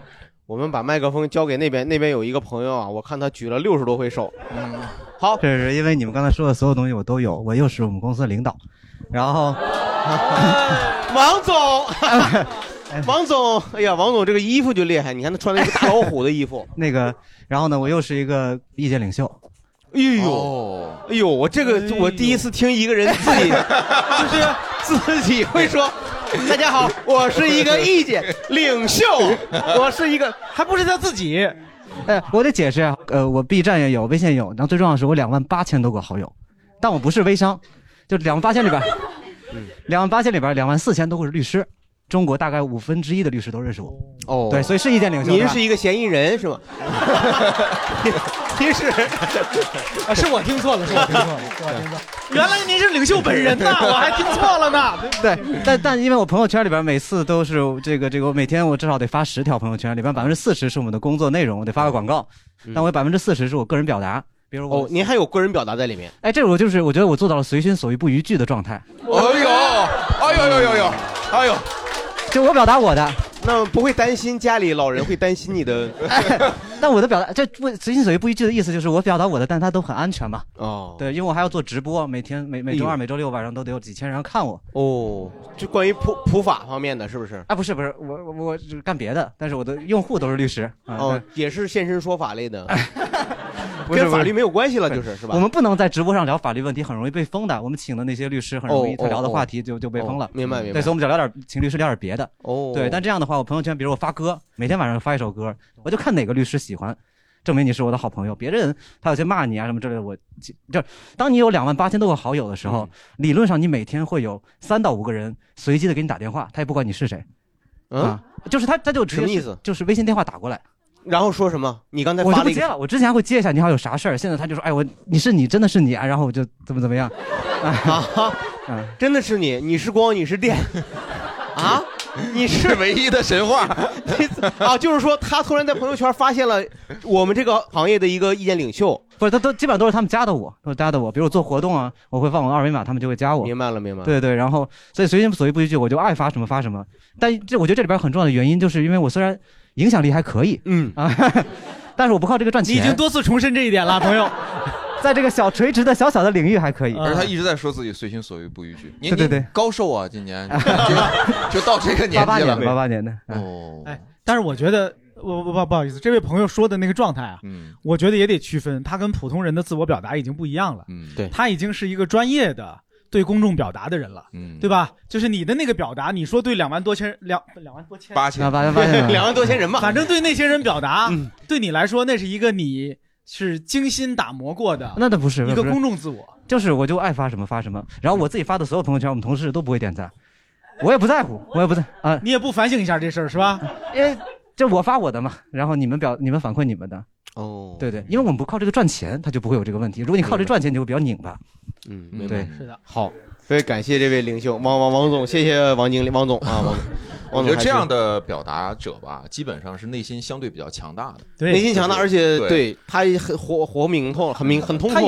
我们把麦克风交给那边，那边有一个朋友啊，我看他举了六十多回手。 好，
是是因为你们刚才说的所有东西我都有，我又是我们公司领导，然后
王总，王总，哎呀，王总这个衣服就厉害，你看他穿了一个大老虎的衣服。
那个，然后呢，我又是一个呃意见领袖。
哎呦，
哦
哎呦，我这个我第一次听一个人自己， 就是自己 会说，大家好， 我是一个意见 领袖，我是一个，还不是他自 己。
哎，我得解释啊，呃，我 B 站也有，微信也有，然后最重要的是我两万八千多个好友，但我不是微商，就两万八千里边，两万八千里边两万四千都会是律师，中国大概五分之一的律师都认识我。
哦
对，所以是意见领袖。
您是一个嫌疑人 是吗？您是
啊，是我听错了，是我听错了，是我听 错了。原来您是领袖本人呐，我还听错了呢。
对，但但因为我朋友圈里边每次都是这个这个，我每天我至少得发十条朋友圈，里边百分之四十是我们的工作内容，我得发个广告，
嗯
但我有百分之四十是我个人表达，比如我
哦，您还有个人表达在里面。
哎，这我就是我觉得我做到了随心所欲不逾矩的状态，
哎呦，哎呦呦呦呦，哎呦，
就我表达我的，
那不会担心家里老人会担心你 的
但我的表达这不随心所欲不逾矩的意思就是我表达我的，但它都很安全嘛。
哦，
对，因为我还要做直播，每天每每周
哎
二、
呦
每周六晚上都得有几千人看我。
哦，就关于普普法方面的，是不是？
啊，不是不是，我我我就是干别的，但是我的用户都是律师啊。
哦
对，
也是现身说法类 的，
不是
跟法律
不是
没有关系了，
对
就是是吧？
我们不能在直播上聊法律问题，很容易被封的。我们请的那些律师很容易，
哦
他聊的
哦
话题就就被封了
哦。明白
嗯
明白
对，所以我们就聊点，请律师聊点别的。
哦
对，但这样的话，我朋友圈，比如我发歌，每天晚上发一首歌，我就看哪个律师喜欢，证明你是我的好朋友。别人他有些骂你啊什么之类的，我就是当你有两万八千多个好友的时
嗯
候，理论上你每天会有三到五个人随机的给你打电话，他也不管你是谁，
嗯
啊，就是他他就直接
什么意
是
思
就是微信电话打过来。
然后说什么？你刚才
我就
发
不
了一
接了。
个，
我之前还会接一下，你好有啥事儿？现在他就说，哎，我你是你，真的是你啊，然后我就怎么怎么样， 嗯
啊，真的是你，你是光，你 是电，啊， 你是
唯一的神 话
啊，就是说他突然在朋友圈发现了我们这个行业的一个意见领袖，
不是，他都基本上都是他们加的我，都是加的我。比如我做活动啊，我会放我的二维码，他们就会加我。
明白了明白了
对对，然后所以随心所欲不逾矩，我就爱发什么发什么。但这我觉得这里边很重要的原因，就是因为我虽然影响力还可以，
嗯
啊， 但是我不靠这个赚钱。
你已经多次重申这一点了，朋友。
在这个小垂直的小小的领域还可以。啊
而他一直在说自己随心所欲不逾矩。您
嗯对对对
您高寿啊，今年就就到这个年
八八
纪
年
了
的，
呗，
八八年的。
哦，
但是我觉得，我不不不好意思，这位朋友说的那个状态啊，
嗯，
我觉得也得区分，他跟普通人的自我表达已经不一样了，
嗯，
对
他已经是一个专业的对公众表达的人了，
嗯，
对吧？就是你的那个表达，你说对两万多千两两万多千
八千
八千八千
两万多千人嘛，
反正对那些人表达，
嗯
对你来说那是一个你是精心打磨过的，
那倒不是
一个
不是
公众自我。
就是我就爱发什么发什么，然后我自己发的所有朋友圈，我们同事都不会点赞，我也不 在乎，我也不在啊。
你也不反省一下这事儿是吧？
因为这我发我的嘛，然后你们表你们反馈你们的，
哦，
对对，因为我们不靠这个赚钱，他就不会有这个问题。如果你靠这赚钱，你就会比较拧巴。
嗯，
嗯
明白
对是的。
好，所以感谢这位领袖王王王总，谢谢王经理王总 啊，王总，
我
王总
觉得这
还
样
是
的表达者吧，基本上是内心相对比较强大的，
内心强大，而且
对
对他也很活活明透了，很明很通透了，
啊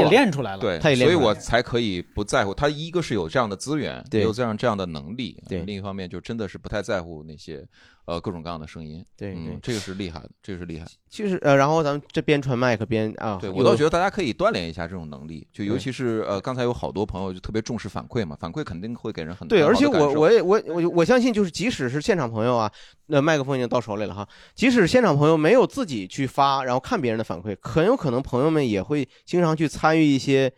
对，
他也练
所以
出来
我
了
才可以不在乎。他一个是有这样的资源，
对
有这样这样的能力，
对
另一方面就真的是不太在乎那些呃各种各样的声音，
对
嗯
对
这个是厉害的，这个是厉害。
其实呃，然后咱们这边传麦克边啊，
对
有
我倒觉得大家可以锻炼一下这种能力，就尤
对
其是呃刚才有好多朋友就特别重视反馈嘛，反馈肯定会给人很
对，
很
而
好
且
的感
我
受啊
我也我我我相信，就是即使是现场朋友啊，那麦克风已经到手里了哈。即使现场朋友没有自己去发，然后看别人的反馈，很有可能朋友们也会经常去参与一些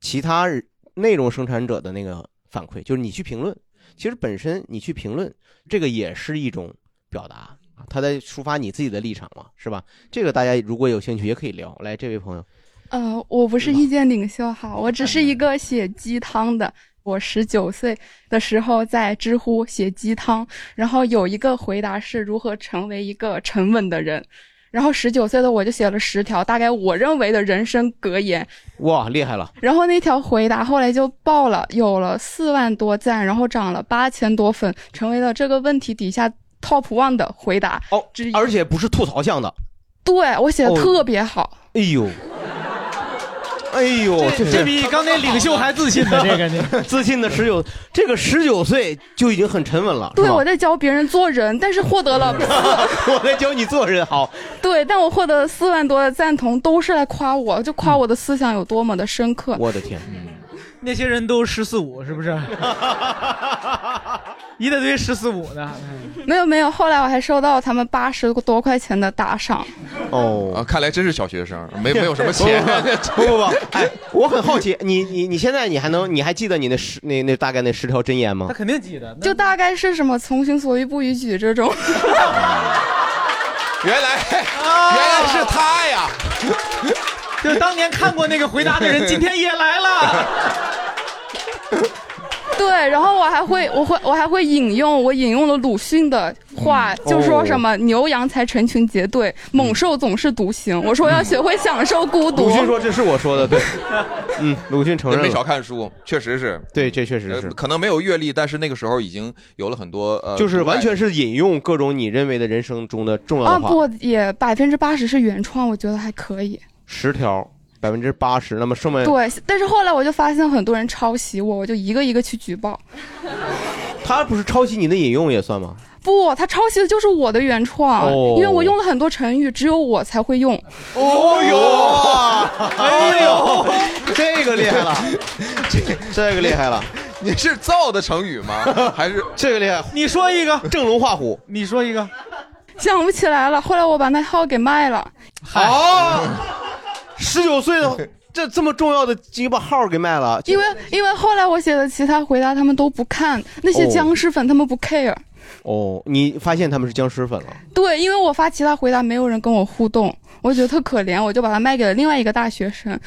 其他人内容生产者的那个反馈，就是你去评论。其实本身你去评论，这个也是一种表达，他在抒发你自己的立场嘛，是吧？这个大家如果有兴趣也可以聊。来，这位朋友，
呃，我不是意见领袖哈，我只是一个写鸡汤的。我十九岁的时候在知乎写鸡汤，然后有一个回答是如何成为一个沉稳的人，然后十九岁的我就写了十条，大概我认为的人生格言，
哇，厉害了！
然后那条回答后来就爆了，有了四万多赞，然后涨了八千多粉，成为了这个问题底下 top one 的回答。
哦，而且不是吐槽向的，
对我写的
哦
特别好，
哎呦，哎呦，
这
是
这比刚才领袖还自信 呢这个你
自信的十九，这个十九岁就已经很沉稳了，是
对，
吧
我在教别人做人，但是获得 了
我在教你做人，好，
对，但我获得四万多的赞同，都是来夸我，就夸我的思想有多么的深刻。
我的天，
那些人都十四五是 不是？一大堆十四五 的，啊
没有没有，后来我还收到他们八十多块钱的打赏。
哦。
啊，看来真是小学生，没没有什么钱
不不不，哎，我很好奇，你你你现在你还能你还记得你那十那那大概那十条真言吗？
肯定记得，
就大概是什么从心所欲不逾矩这种。
原来原来是他呀，
就当年看过那个回答的人，今天也来了。
对，然后我还会，我会，我还会引用，我引用了鲁迅的话，就说什么、牛羊才成群结队，猛兽总是独行。我说要学会享受孤独。
鲁迅说这是我说的，对，嗯，鲁迅承认了
没少看书，确实是。
对，这确实是
呃，可能没有阅历，但是那个时候已经有了很多呃，
就是完全是引用各种你认为的人生中的重要
啊，
的话。
不，也百分之八十是原创，我觉得还可以。
十条，百分之八十，那么剩下
对，但是后来我就发现很多人抄袭我，我就一个一个去举报。
他不是抄袭你的引用也算吗？
不，他抄袭的就是我的原创，
哦
因为我用了很多成语，只有我才会用。
哦 呦，哎呦，这个厉害了， 这个厉害了。
你是造的成语 吗？还是
这个厉害？
你说一个，
振龙画虎。
你说一个，
想不起来了，后来我把那号给卖了。
好， 十九岁的这这么重要的，你把号给卖了，
因为因为后来我写的其他回答他们都不看，那些
哦
僵尸粉他们不 care。
哦，你发现他们是僵尸粉了。
对，因为我发其他回答没有人跟我互动，我觉得特可怜，我就把它卖给了另外一个大学生，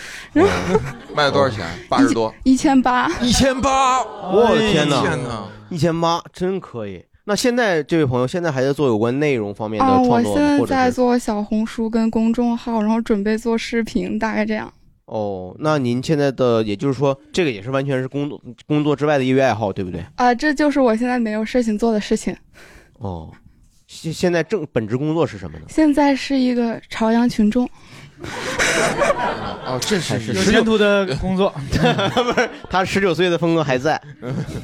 卖了多少钱？八十多。
一千八。
一千八，
哦我的天
哎天哪
哪，一千八真可以。那现在这位朋友现在还在做有关内容方面的
啊，我
创作
现
吗，
在
或者
在
是
做小红书跟公众号，然后准备做视频，大概这样。
哦，那您现在的也就是说，这个也是完全是工作工作之外的业余爱好，对不对？
啊，这就是我现在没有事情做的事情。
哦，现现在正本职工作是什么呢？
现在是一个朝阳群众，
哦，这是
有前途的工 作。
不是他十九岁的风格 还在。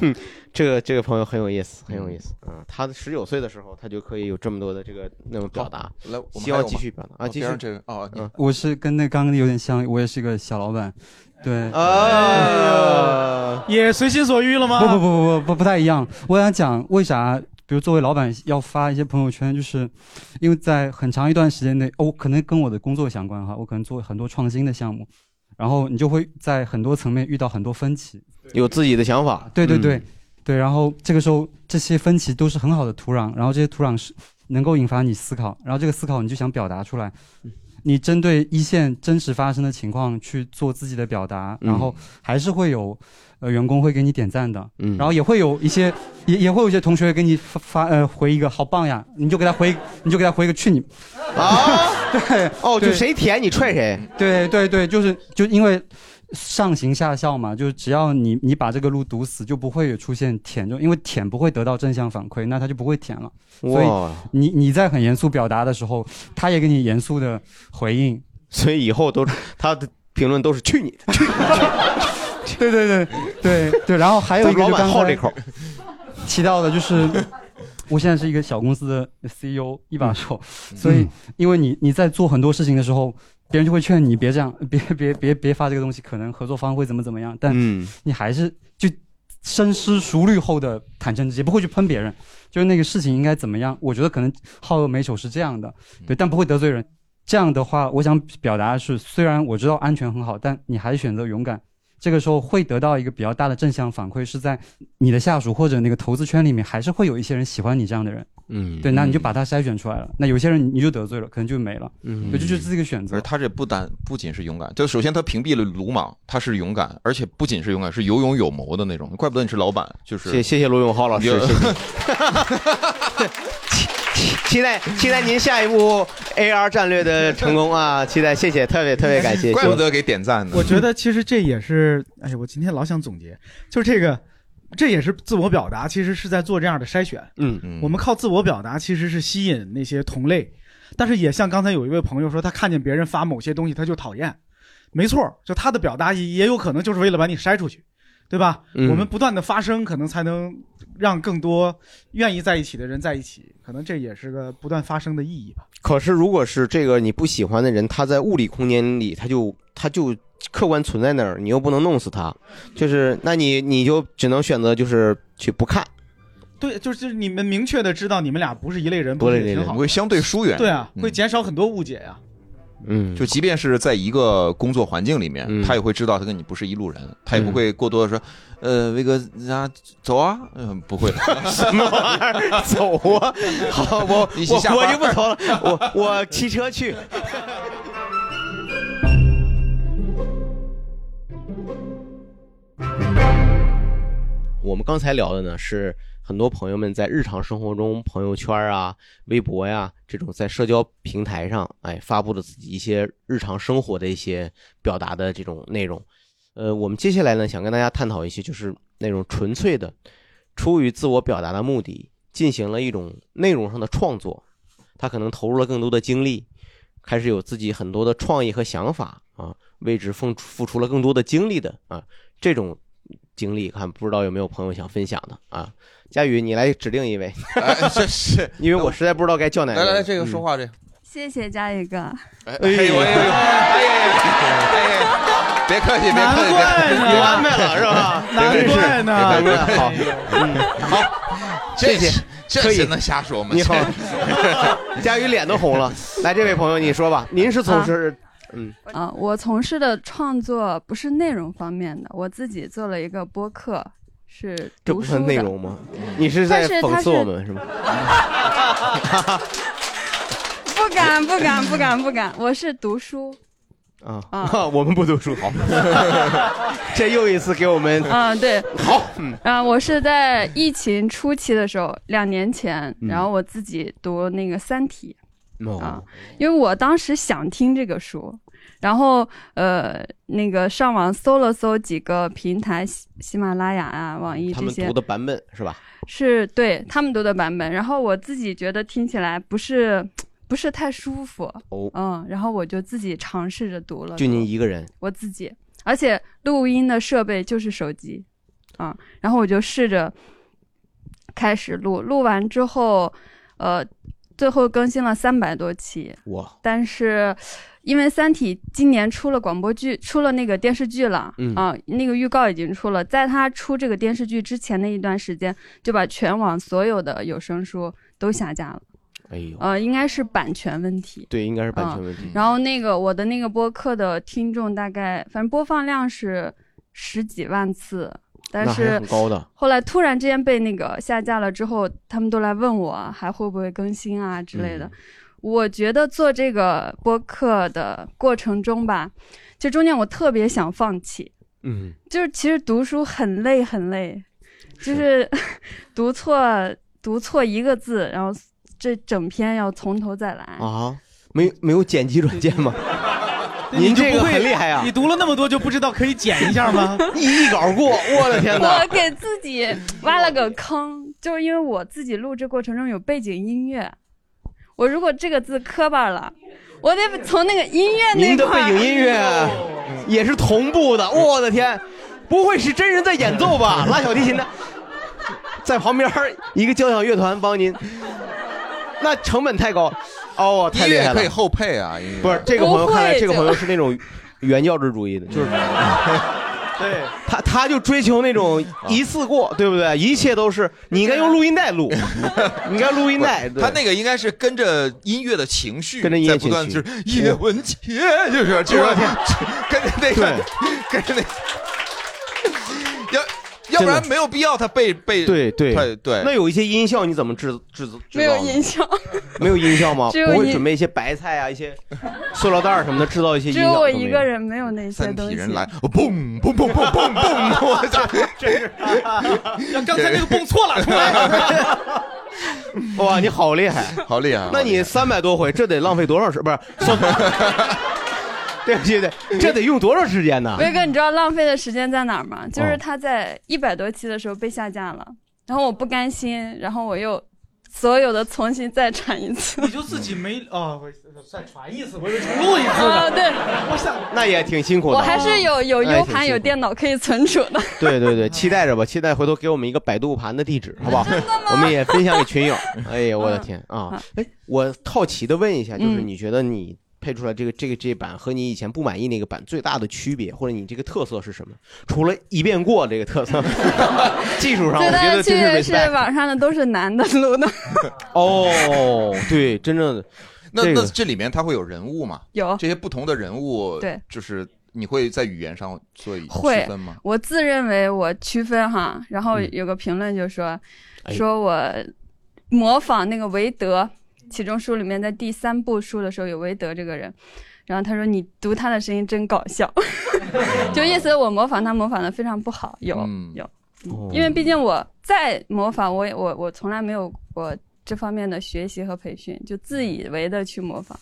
嗯这个这个朋友很有意思，很有意思啊！他十九岁的时候，他就可以有这么多的这个那么表达，
来我们
希
还
望
有
继
吗
续表达啊，
哦
继续
边上这位哦你
嗯
我是跟那刚刚有点像，我也是个小老板，对。
哦嗯
呃
啊，
也随心所欲了吗？
不不不不不不不太一样。我想讲为啥，比如作为老板要发一些朋友圈，就是因为在很长一段时间内，哦，我可能跟我的工作相关哈，我可能做很多创新的项目，然后你就会在很多层面遇到很多分歧。
有自己的想法。
对对
嗯
对、对，然后这个时候这些分歧都是很好的土壤，然后这些土壤是能够引发你思考，然后这个思考你就想表达出来，
嗯
你针对一线真实发生的情况去做自己的表达，
嗯
然后还是会有呃员工会给你点赞的，
嗯
然后也会有一些也也会有一些同学给你发发呃回一个好棒呀，你就给他回你就给他回一个去你
啊，
对
哦，就
对
谁舔你踹谁。
嗯
对对对，就是就因为上行下效嘛，就是只要你你把这个路堵死，就不会有出现舔，就因为舔不会得到正向反馈，那他就不会舔了。所
哇
以你你在很严肃表达的时候，他也给你严肃的回应。
所以以后都他的评论都是去你的，去
你的。对对对对哎对，然后还有一个
咱
就
老板
刚
好
才
这口
提到的，就是 我现在是一个小公司的 CEO 一把手，所以因为你你在做很多事情的时候，别人就会劝你别这样， 别别别别发这个东西，可能合作方会怎么怎么样，但
嗯
你还是就深思熟虑后的坦诚直接，不会去喷别人，就是那个事情应该怎么样。我觉得可能好恶美丑是这样的，对，但不会得罪人。这样的话，我想表达的是，虽然我知道安全很好，但你还是选择勇敢。这个时候会得到一个比较大的正向反馈，是在你的下属或者那个投资圈里面，还是会有一些人喜欢你这样的人。
嗯
对，那你就把他筛选出来了。那有些人你你就得罪了，可能就没了。
嗯
对，这就是这个选择。
而他这不单不仅是勇敢，就首先他屏蔽了鲁莽，他是勇敢，而且不仅是勇敢，是有勇有谋的那种。怪不得你是老板，就是
谢谢谢罗永浩老师
有
谢 谢期待期待您下一步 AR 战略的成功 啊！期待，谢谢，特别特别感谢。
怪不得给点赞呢。
我觉得其实这也是，哎呀，我今天老想总结，就这个，这也是自我表达，其实是在做这样的筛选。
嗯
嗯
我们靠自我表达其实是吸引那些同类，但是也像刚才有一位朋友说，他看见别人发某些东西他就讨厌，没错儿，就他的表达也也有可能就是为了把你筛出去，对吧？
嗯
我们不断的发声，可能才能让更多愿意在一起的人在一起，可能这也是个不断发声的意义吧。
可是，如果是这个你不喜欢的人，他在物理空间里，他就他就客观存在那儿，你又不能弄死他，就是那你你就只能选择就是去不看。
对，就是你们明确的知道你们俩不是一类人，
不是
也
一类
挺
人
好的，
会相对疏远。
对啊，
嗯
会减少很多误解呀、
嗯，
就即便是在一个工作环境里面，他也会知道他跟你不是一路人，他也
嗯
不会过多的说，呃，威哥，啊，走啊，嗯，不会，
什么玩意儿？ 走啊！好， 我
一起下班
我就不投 了，我我骑车 去。我们刚才聊的呢是很多朋友们在日常生活中，朋友圈啊、微博呀、这种在社交平台上，哎，发布的自己一些日常生活的一些表达的这种内容。呃，我们接下来呢，想跟大家探讨一些，就是那种纯粹的，出于自我表达的目的，进行了一种内容上的创作，他可能投入了更多的精力，开始有自己很多的创意和想法啊，为之付付出了更多的精力的啊，这种经历，看不知道有没有朋友想分享的啊？佳宇，你来指定一位，
哎这是
因为我实在不知道该叫哪位。
来来来，这个说
嗯。
话这个，
谢谢佳宇哥，
哎呦哎呦哎呦哎呦哎呦，别客气，别客气，别
明白了是吧？
真是
难怪好，
这
谢谢
这
可以
谁能瞎说吗？
你 好
这
佳宇脸都红了。来，这位朋友，你说吧，您是从事嗯
啊、我从事的创作不是内容方面的，我自己做了一个播客，是
这
读
部
书的
分内容吗？你啊是在讽刺我们是吗？
不敢不敢不敢不敢，我是读书
啊， 我们不读书好，这又一次给我们
啊、对，
好，嗯
啊、我是在疫情初期的时候，两年前，
嗯
然后我自己读那个《三体》
啊，
因为我当时想听这个书，然后呃，那个上网搜了搜几个平台，喜喜马拉雅啊、网易
他
这
们
些
读，的版本是吧？
是对他们读的版本。然后我自己觉得听起来不是不是太舒服，
哦
嗯，然后我就自己尝试着读了，
就您一个人，
我自己，而且录音的设备就是手机，啊、然后我就试着开始录，录完之后，呃，最后更新了三百多期，
哇，
但是因为《三体》今年出了广播剧，出了那个电视剧了，
嗯
啊，那个预告已经出了。在它出这个电视剧之前的一段时间，就把全网所有的有声书都下架了，
哎呦，
呃，应该是版权问题。
对，应该是版权问题
嗯。然后那个我的那个播客的听众大概，反正播放量是十几万次，但
那还是
是
很高的
后来突然之间被那个下架了之后，他们都来问我还会不会更新啊之类的。
嗯
我觉得做这个播客的过程中吧，就中间我特别想放弃，
嗯，
就是其实读书很累很累，就是 读错读错一个字，然后这整篇要从头再来。
啊，没没有剪辑软件吗？
对
您
你就
这个
不会
很厉害啊！
你读了那么多就不知道可以 剪一下吗？
一一稿过，我的天哪
我！给自 己挖了个坑，就是因为我自己录制过程中有背景音乐，我如果这个字磕巴了，我得从那个音乐
您
那
的
块
背
儿
景音乐啊也是同步的，我的天，不会是真人在演奏吧？拉小提琴的在旁边儿一个交响乐团帮您，那成本太高哦，太
音
厉
乐
害
也可以
了。
后配啊，音乐
不是这个朋友，看来这个朋友
不会
是那种原教旨主义的，就是对他他就追求那种
啊
一次过，对不对？一切都是你应该用录音带 录，你应该录音带。对
他那个应该是跟着音乐的情绪，
跟着音乐
在不断
情
就
绪嗯
是叶文洁，就是就是
我天
跟着那个跟着那个，要要不然没有必要他被被
对对
对对
那有一些音效你怎么制制制造呢？
没有音效，
没有音效吗？
只有
不会
音
准备一些白菜啊，一些塑料袋儿什么的，制造一些音
只
效
有
都没有。
我一个人没有那些
三
东
体
西。
人来，
嘣嘣嘣嘣嘣 嘣，我 操！
刚才那个蹦错了，出来。
哇，你好厉害，
好厉害！
那你三百多回，这得浪费多少时？不是， 算对不起，对，这得用多少时间呢？
威哥，你知道浪费的时间在哪儿吗？就是
哦
他在一百多期的时候被下架了，然后我不甘心，然后我又所有的重新再传一次。
你就自己没啊、我再传一次，我就重录一次呢
啊对
我想
那也挺辛苦的。
我还是有有
那也
U
挺
盘
辛
有
苦
电脑可以存储的。
对对对，期待着吧，期待回头给我们一个百度盘的地址，好不好？我们也分享给 群友。哎呀，我的天啊！哎，我好奇的问一下，就是
嗯
你觉得你配出来这个这个这版和你以前不满意那个版最大的区别，或者你这个特色是什么？除了一遍过这个 特色，技术上
最
我
大
觉
的
得
区
真
别
是
是
respect
网上的都是男的 录的，
哦，对，真正的
那
这个
那这里面它会有人物嘛？
有
这些不同的人物，
对
就是你会在语言上做一
会
区分吗？
我自认为我区分哈，然后有个评论就说、
哎
说我模仿那个韦德，其中书里面在第三部书的时候有韦德这个人，然后他说你读他的声音真搞笑， 就意思我模仿他模仿的非常不好，有、
嗯
有，因为毕竟我在模仿，我也我我从来没有过这方面的学习和培训，就自以为的去模仿。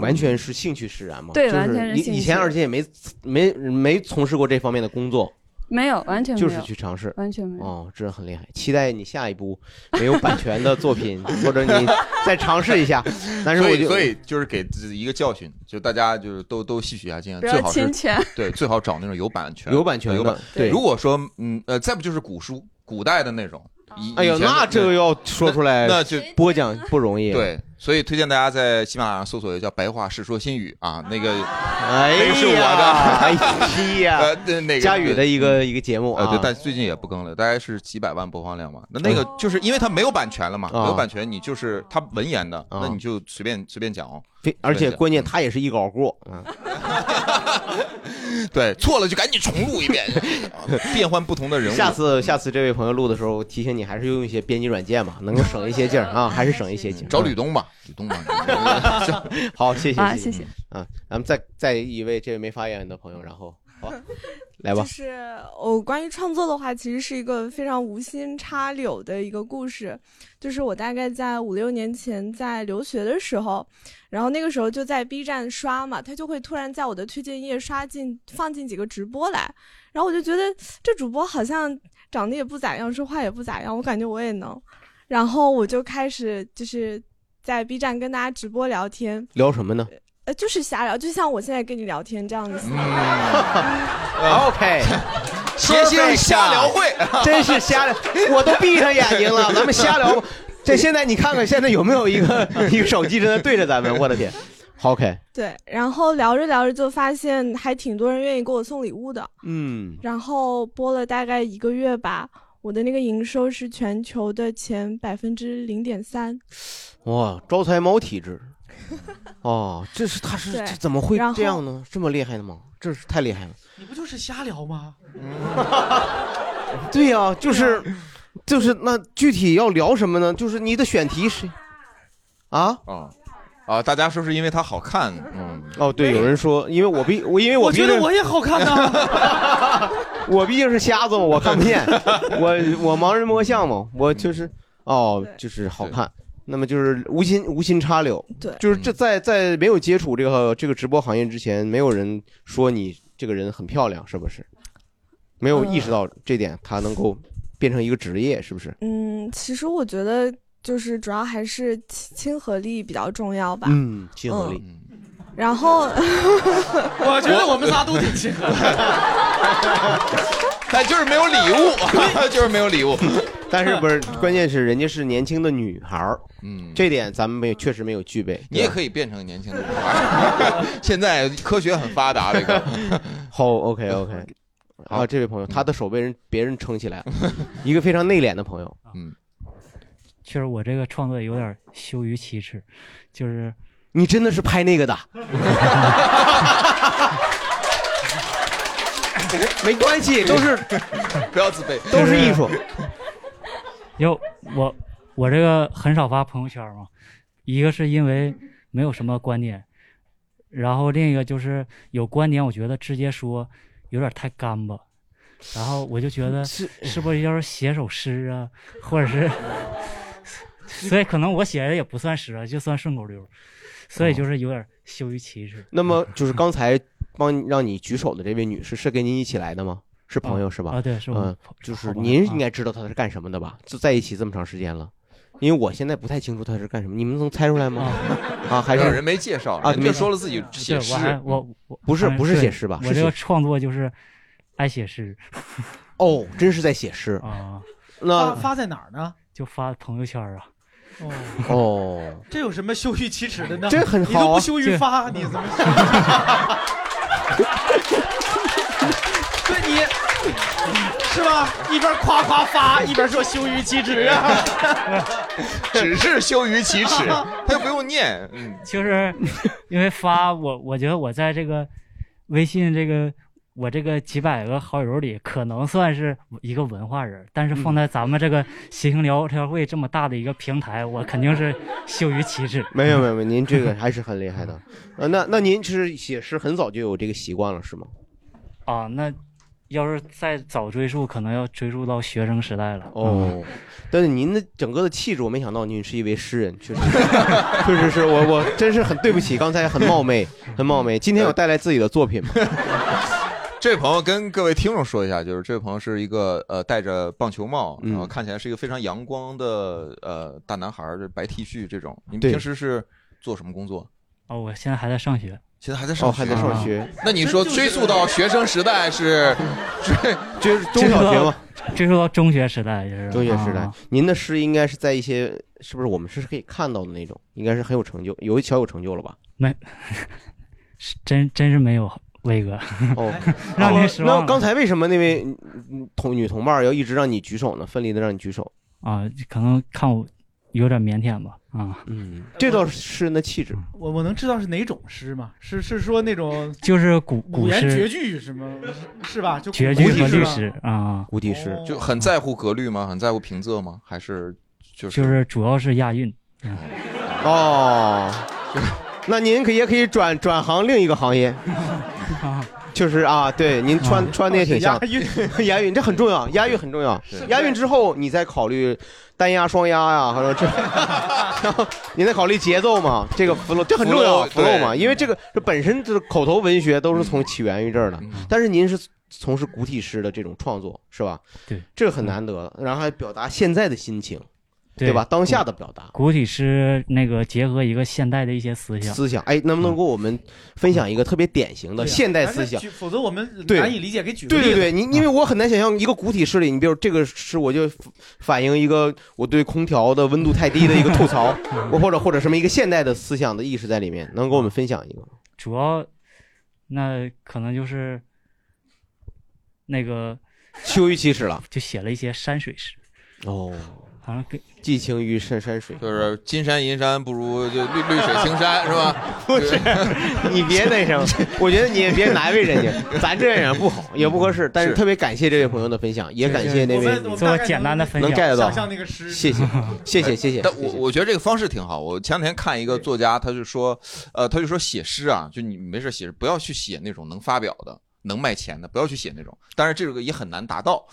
完全是兴趣使然嘛。
对
就
完全是
你
兴
以
趣
前而且也没没没从事过这方面的工作，
没有，完全没
就
有，
是去尝试，
完全没有。
哦，这很厉害。期待你下一部没有版权的作品， 或者你再尝试一下。但是
所
我
以
就
所以就是给自己一个教训，就大家就是都都吸取一下经验，
不要
最好是
侵权
对，最好找那种有版权、
有版权的
有版
对
如果说嗯呃，再不就是古书、古代的那种。以
哎呦，
以前的
那这个要说出来，
那就
播讲不容易。
对，，所以推荐大家在喜马拉雅上搜索一个叫《白话世说新语》啊，那个，
哎
那个是我
呀
的，
哎呀
呃，对那个
佳宇的一个一个节目
呃，对
啊，嗯
但最近也不更了，大概是几百万播放量嘛。那那个就是因为它没有版权了
啊
嘛，没有版权，你就是它文言的，那你就随便随便讲哦。
非而且
对
关键他也是一稿过，嗯，
对，错了就赶紧重录一 遍，啊 变换不同的人物。
下次下次这位朋友录的时候，提醒你还是用一些编辑软件嘛，能够省一些劲儿啊，还是省一些劲儿。
找吕东吧，吕东吧。
好，谢谢
啊
谢
谢谢
啊，咱们再再一位这位没发言的朋友，然后好来吧
就，是哦，关于创作的话，其实是一个非常无心插柳的一个故事。就是我大概在五六年前在留学的时候，然后那个时候就在 B 站刷嘛，它就会突然在我的推荐页刷进放进几个直播来，然后我就觉得这主播好像长得也不咋样，说话也不咋样，我感觉我也能。然后我就开始就是在 B 站跟大家直播聊天，
聊什么呢？
呃，就是瞎聊，就像我现在跟你聊天这样子。
OK，
谐星瞎聊会
真是瞎聊，我都闭上眼睛 了，咱们瞎聊吧。这现在你看看，现在有没有一 个一个手机正在对着咱们？我的天，OK，
对，然后聊着聊着就发现还挺多人愿意给我送礼物的，
嗯，
然后播了大概一个月吧，我的那个营收是全球的前百分之零点三，
哇，招财猫体质，哦，这是他是
对
这怎么会
然后
这样呢？这么厉害的吗？这是太厉害了。
你不就是瞎聊吗？
对呀、就是，
嗯
就是那具体要聊什么呢？就是你的选题是，啊，
啊啊，大家说是因为它好看，嗯，
哦，对，有人说，因为我毕，我因为我
我觉
毕
得
竟
我也好看呐
我毕竟是瞎子嘛，我看不见，我我盲人摸象嘛，我就是哦，就是好看。那么就是无心无心插柳，
对
就是这在在没有接触这个这个直播行业之前，没有人说你这个人很漂亮，是不是？没有意识到这点，他能够变成一个职业，是不是？
嗯，其实我觉得就是主要还是亲亲和力比较重要吧，
嗯，亲和力，
然后我
我觉得我们仨都挺亲和的。
但就是没有礼物，就是没有礼物。
但是不是，关键是人家是年轻的女孩儿，
嗯，
这点咱们没有，确实没有具备。
你也可以变成年轻的女 孩。现在科学很发达，这个。
好，OK OK。啊，这位朋友，他的手被人别人撑起来了，一个非常内敛的朋友。
嗯，
确实我这个创作有点羞于启齿，就是
你真的是拍那个的，没关系，都是
不要自卑，
都是艺 术。
因为我我这个很少发朋友圈嘛，一个是因为没有什么观点，然后另一个就是有观点，我觉得直接说有点太干巴，然后我就觉得
是
不是要是写首诗啊，或者是，所以可能我写的也不算诗啊，就算顺口溜儿，所以就是有点羞于启齿。
那么就是刚才帮你让你举手的这位女士，是跟您一起来的吗？是朋友是吧？
啊对是我
嗯，就是您应该知道她是干什么的吧？就在一起这么长时间了，因为我现在不太清楚他是干什么，你们能猜出来吗？ 啊，还是
人没介绍
啊？
人
没
就说了自己写
对我还
诗，
哎我我
不是
好像
不是写诗吧
我
是
这
写
个创作就是爱写诗。
哦，真是在写诗
啊。
发发在哪儿呢？
就发朋友圈啊。
哦，
这有什么羞于启齿的呢？
这很好啊
你都不羞于
这
发，你怎么？ 对你是吧？一边夸夸发，一边说羞于启齿啊。
只是羞于启 齿，他又不用念，嗯，
就是因为发我，我觉得我在这个微信这个我这个几百个好友里，可能算是一个文化人，但是
嗯
放在咱们这个协行聊天会这么大的一个平台，我肯定是羞于启齿。
没有没 有没有，您这个还是很厉害的。呃，那那您是写诗很早就有这个习惯了是吗？
啊，那要是再早追溯，可能要追溯到学生时代了。
哦， 但是您的整个的气质，我没想到您是一位诗人，确实， 确实是我我真是很对不起，刚才很冒昧，很冒昧。今天有带来自己的作 品吗？
这位朋友跟各位听众说一下，就是这位朋友是一个呃戴着棒球帽，然
嗯
后看起来是一个非常阳光的呃大男孩儿，这白 T 恤这种。你们
对
平时是做什么工作？
哦，我现在还在上学，
现在还
哦
在上学，
啊
那你说追溯到学生时代 是追
追中小学 吗？
追溯到中学时代，就是
中学时代
啊，
您的诗应该是在一些是不是我们是可以看到的那种，应该是很有成就，有一小有成就了吧？
没，是真真是没有威哥。，
哦
让您失望了
那刚才为什么那位嗯嗯同女同伴儿要一直让你举手呢？奋力的让你举手，
啊，可能看我有点腼腆吧，啊，
嗯，这倒是诗人的气质。
我我能知道是哪种诗吗？是是说那种
就是古古
五言
诗
绝句什么是吧？就古
绝句
古体
和
诗
律
吧
诗啊，
古体
诗
就很在乎格律吗？很在乎平仄吗？还是就是
就是主要是押韵。
哦，那您可也可以转转行另一个行业，就是啊，对，您穿、穿的也挺像
哦，
韵， 押韵这很重要，押韵很重要
是，
押韵之后你再考虑单押、双押呀、还有 这，然后您再考虑节奏嘛，这个 flow 这很重要
flow，对
flow 嘛，因为这个这本身就是口头文学都是从起源于这儿的，但是您是从事古体诗的这种创作是吧？
对，
这个很难得的，然后还表达现在的心情，对嗯吧？
古
当下的表达。
古体诗那个结合一个现代的一些思想，
思想，哎，能不能给我们分享一个特别典型的
对啊
现代
咱
思
们
想
举？否则我们
对
难以理解。给举个
对
例
对
子
对，你因为我很难想象一个古体诗里，你比如这个诗，我就反映一个我对空调的温度太低的一个 吐槽，
嗯
我或者或者什么一个现代的思想的意识在里面，能给我们分享一个？
主要那可能就是那个
羞于启齿了，
就写了一些山水诗。
哦，
好像跟
寄情于深 山水，
就是金山银山不如就绿绿水青山是吧？
不是，你别那什么， 我觉得你也别难为 人家，咱这样不好，也不合适。但是
是
特别感谢这位朋友的分享，也感谢那
我
位
们我们做大概简单的分
能
享
get 到
想象那
个诗，
谢谢谢谢谢谢。
但我我觉得这个方式挺好。我前两天看一个作家，他就说，呃，他就说写诗啊，就你没事写诗，不要去写那种能发表的、能卖钱的，不要去写那种。当然，这个也很难达 到。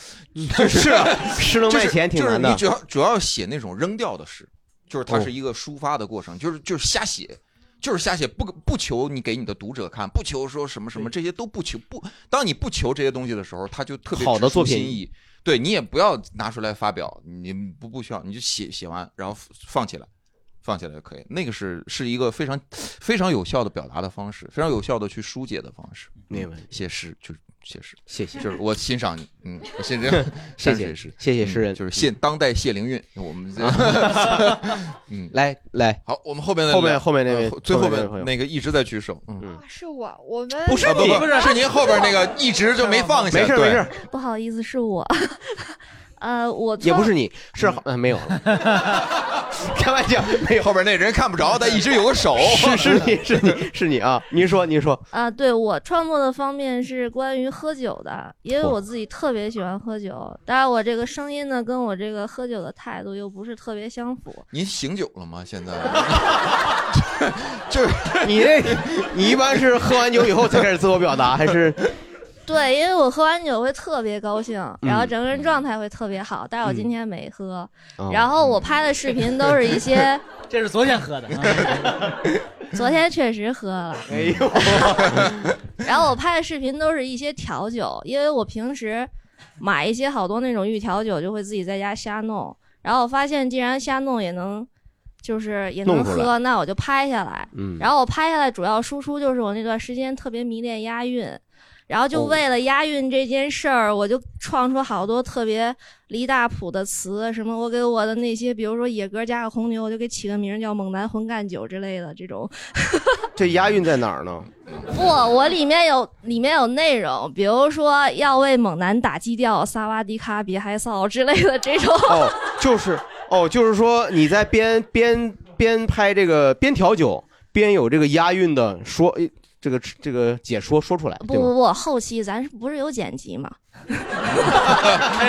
是啊诗能卖钱挺难的
就是就是你主要主要写那种扔掉的诗，就是它
哦
是一个抒发的过程，就是就是瞎写。就是瞎写，不不求你给你的读者看，不求说什么什么，这些都不求不。当你不求这些东西的时候，他就特别
好的
直抒
作品
心意，对你也不要拿出来发表，你不不需要，你就写写完，然后放起来，放起来就可以。那个是是一个非常非常有效的表达的方式，非常有效的去疏解的方式。嗯
明白？
写诗就是写诗，
谢谢
就是我欣赏你，嗯，我欣赏
谢
山
谢
水诗，
谢谢诗人
嗯就是现当代谢灵运，我们 这
啊，
嗯，
来来，
好，我们后面的
后面后面那位
呃最后
后面那位朋
面
友
那个一直在举手，嗯，
是我，我们
不是啊不你不是是您后边那个一直就没放下没事对没事，
不好意思，是我。 呃，我
也不
创
是你，是好呃没有 了，开玩笑，
没有后边那人看不着，但一直有个手，
是是你是你是你啊，您说您说，
啊，对我创作的方面是关于喝酒的，因为我自己特别喜欢喝酒，当然我这个声音呢，跟我这个喝酒的态度又不是特别相符。
您醒酒了吗？ 现在
你这你一般是喝完酒以后才开始自我表达，还是
对，因为我喝完酒会特别高兴，然后
嗯
整个人状态会特别好，但是我今
嗯
天没喝，
哦
然后我拍的视频都是一些
这是昨天喝 的啊，
昨天确实喝了，
哎呦，
然后我拍的视频都是一些调酒，因为我平时买一些好多那种预调酒，就会自己在家瞎弄。然后我发现竟然瞎弄也能，就是也能
弄出来
喝，那我就拍下来。
嗯
然后我拍下来主要输出就是我那段时间特别迷恋押韵，然后
哦
就为了押韵这件事儿，我就创出好多特别离大谱的词，什么我给我的那些，比如说野哥加个红牛，我就给起个名儿叫猛男混干酒之类的这种。
这押韵在哪儿呢？
不，我里面有里面有内容，比如说要为猛男打基调，萨瓦迪卡别害臊之类的这种。
哦，就是哦，就是说你在边边边拍这个边调酒，边有这个押韵的说诶这个这个解说说出来，
不
对吗？
不不，后期咱是不是有剪辑 嘛？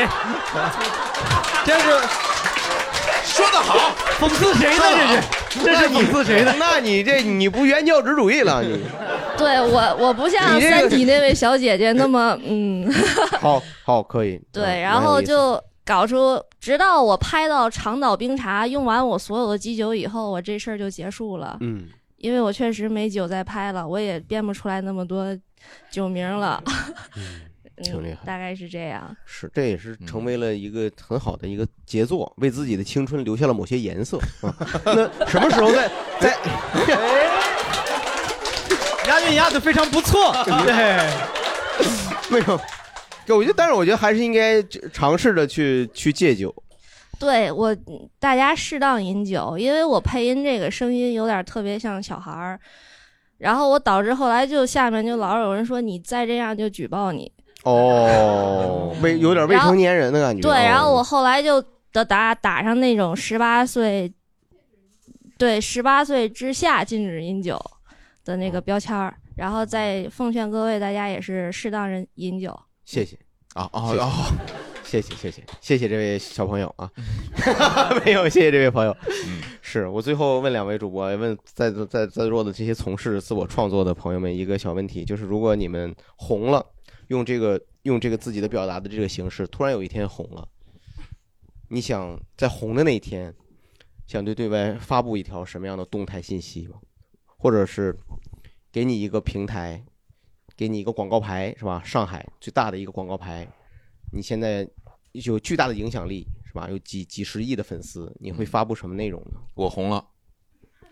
哎
这是
说的好，
讽刺谁呢这是这是讽刺谁呢
那你这你不原教旨主义了，你
对我我不像
你这个
三体那位小姐姐那么嗯，
好好可以。
对，
嗯
然后
蛮有意思
就搞出，直到我拍到长岛冰茶用完我所有的基酒以后，我这事儿就结束了。
嗯，
因为我确实没酒再拍了，我也编不出来那么多酒名了。
嗯
嗯
挺厉害
大概是这样。
是这也是
嗯
成为了一个很好的一个杰作，为自己的青春留下了某些颜色啊。那什么 时候在在
哎押韵押的非常不 错，对，
没有，对我觉得，但是我觉得还是应该尝试着去去戒酒。
对我，大家适当饮酒，因为我配音这个声音有点特别像小孩儿，然后我导致后来就下面就老有人说你再这样就举报你，
哦，
嗯
未有点未成年人的感觉。
对，
哦
然后我后来就的打打上那种十八岁，对，十八岁之下禁止饮酒的
哦
那个标签儿，然后再奉劝各位大家也是适当人饮酒。
谢谢
啊
啊
哦哦，
谢谢谢谢谢谢这位小朋友啊， 没有谢谢这位朋友， 是我最后问两位主播，也问在在在座的这些从事自我创作的朋友们一个小问题，就是如果你们红了，用这个用这个自己的表达的这个形式，突然有一天红了，你想在红的那一天，想对对外发布一条什么样的动态信息吗？或者是给你一个平台，给你一个广告牌是吧？上海最大的一个广告牌，你现在有巨大的影响力是吧？有几几十亿的粉丝，你会发布什么内容呢？
我红了。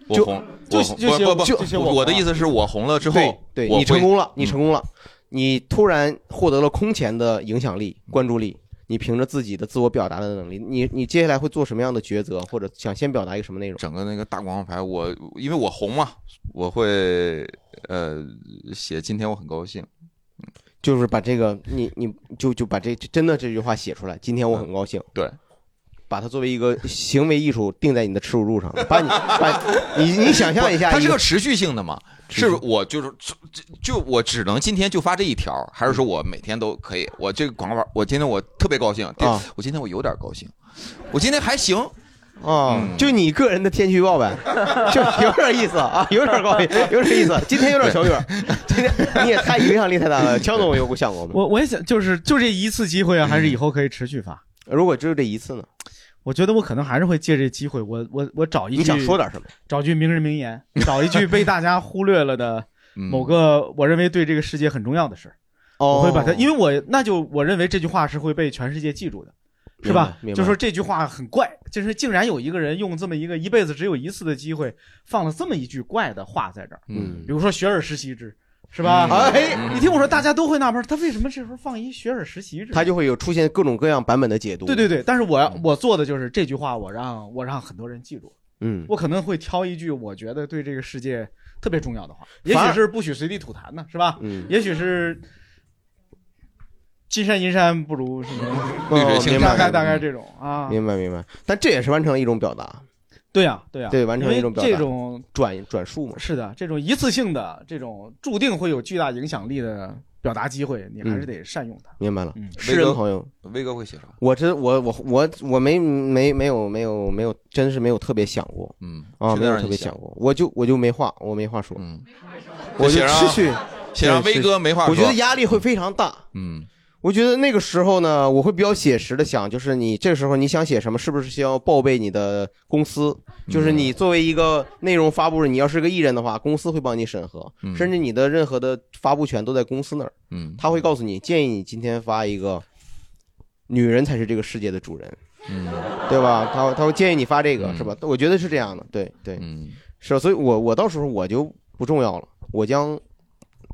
我
就
红，
就
我红
就写
不不
就
不
写我
我
红
我的意思是我红了之后，
对
我会
你成功了，你
嗯
成功了，你突然获得了空前的影响力、关注力。你凭着自己的自我表达的能力，你你接下来会做什么样的抉择，或者想先表达一个什么内容？
整个那个大广告牌，我因为我红嘛，我会呃写今天我很高兴，
就是把这个你你就就把这真的这句话写出来。今天我很高兴，
嗯对，
把它作为一个行为艺术定在你的耻辱柱上，把你把你你想象一下，
它是
一
个持续性的嘛？是我就是就就我只能今天就发这一条，还是说我每天都可以？我这个广告牌，我今天我特别高兴，对我今天我有点高兴，我今天还行，
啊，
嗯
就你个人的天气预 报呗，就有点意思啊， 有点高兴，有点意思。今天有点小雨儿，今天你也太影响力太大了。强总有过想 过吗？
我我也想，就是就这一次机会啊，还是以后可以持续发。
嗯如果只有这一次呢？
我觉得我可能还是会借这机会，我我我找一句
你想说点什么？
找句名人名言，找一句被大家忽略了的某个我认为对这个世界很重要的事儿。
哦
我会把它，因为我那就我认为这句话是会被全世界记住的，是吧
明白明？白
就说这句话很怪，就是竟然有一个人用这么一个一辈子只有一次的机会，放了这么一句怪的话在这儿。
嗯，
比如说“学而时习之”，是吧？
嗯哎
你听我说，大家都会纳闷，他为什么这时候放一“学而时习之”？嗯
它就会有出现各种各样版本的解读。
对对对，但是我我做的就是这句话，我让我让很多人记住。
嗯，
我可能会挑一句我觉得对这个世界特别重要的话，也
反而
许是不许随地吐痰呢，是吧？
嗯
也许是金山银山不如什么
哦绿水青
大
山
概大概这种啊。
明白明白，但这也是完成了一种表达。
对呀、对呀、啊
对，完成了一种
因为
表达。
这种
转转述嘛。
是的，这种一次性的这种注定会有巨大影响力的表达机会，你还是得善用它。
明白了
嗯，
诗人朋友，
威哥会写啥？
我真我我我我没没没有没有没有，真是没有特别想过，
嗯
啊，
谁能
没有
让
特
你
别
想
想过，我就我就没话，我没话说，
嗯，
我就
写上
失去，
写上
对
威哥没话
我觉得
说
压力会非常大，
嗯，
我觉得那个时候呢，我会比较写实的想，就是你这时候你想写什么，是不是需要报备你的公司？
嗯
就是你作为一个内容发布人，你要是个艺人的话，公司会帮你审核，
嗯
甚至你的任何的发布权都在公司那儿。
嗯，
他会告诉你，建议你今天发一个“女人才是这个世界的主人”，对吧？他他会建议你发这个是吧？我觉得是这样的，对对，
嗯，
是，所以我我到时候我就不重要了，我将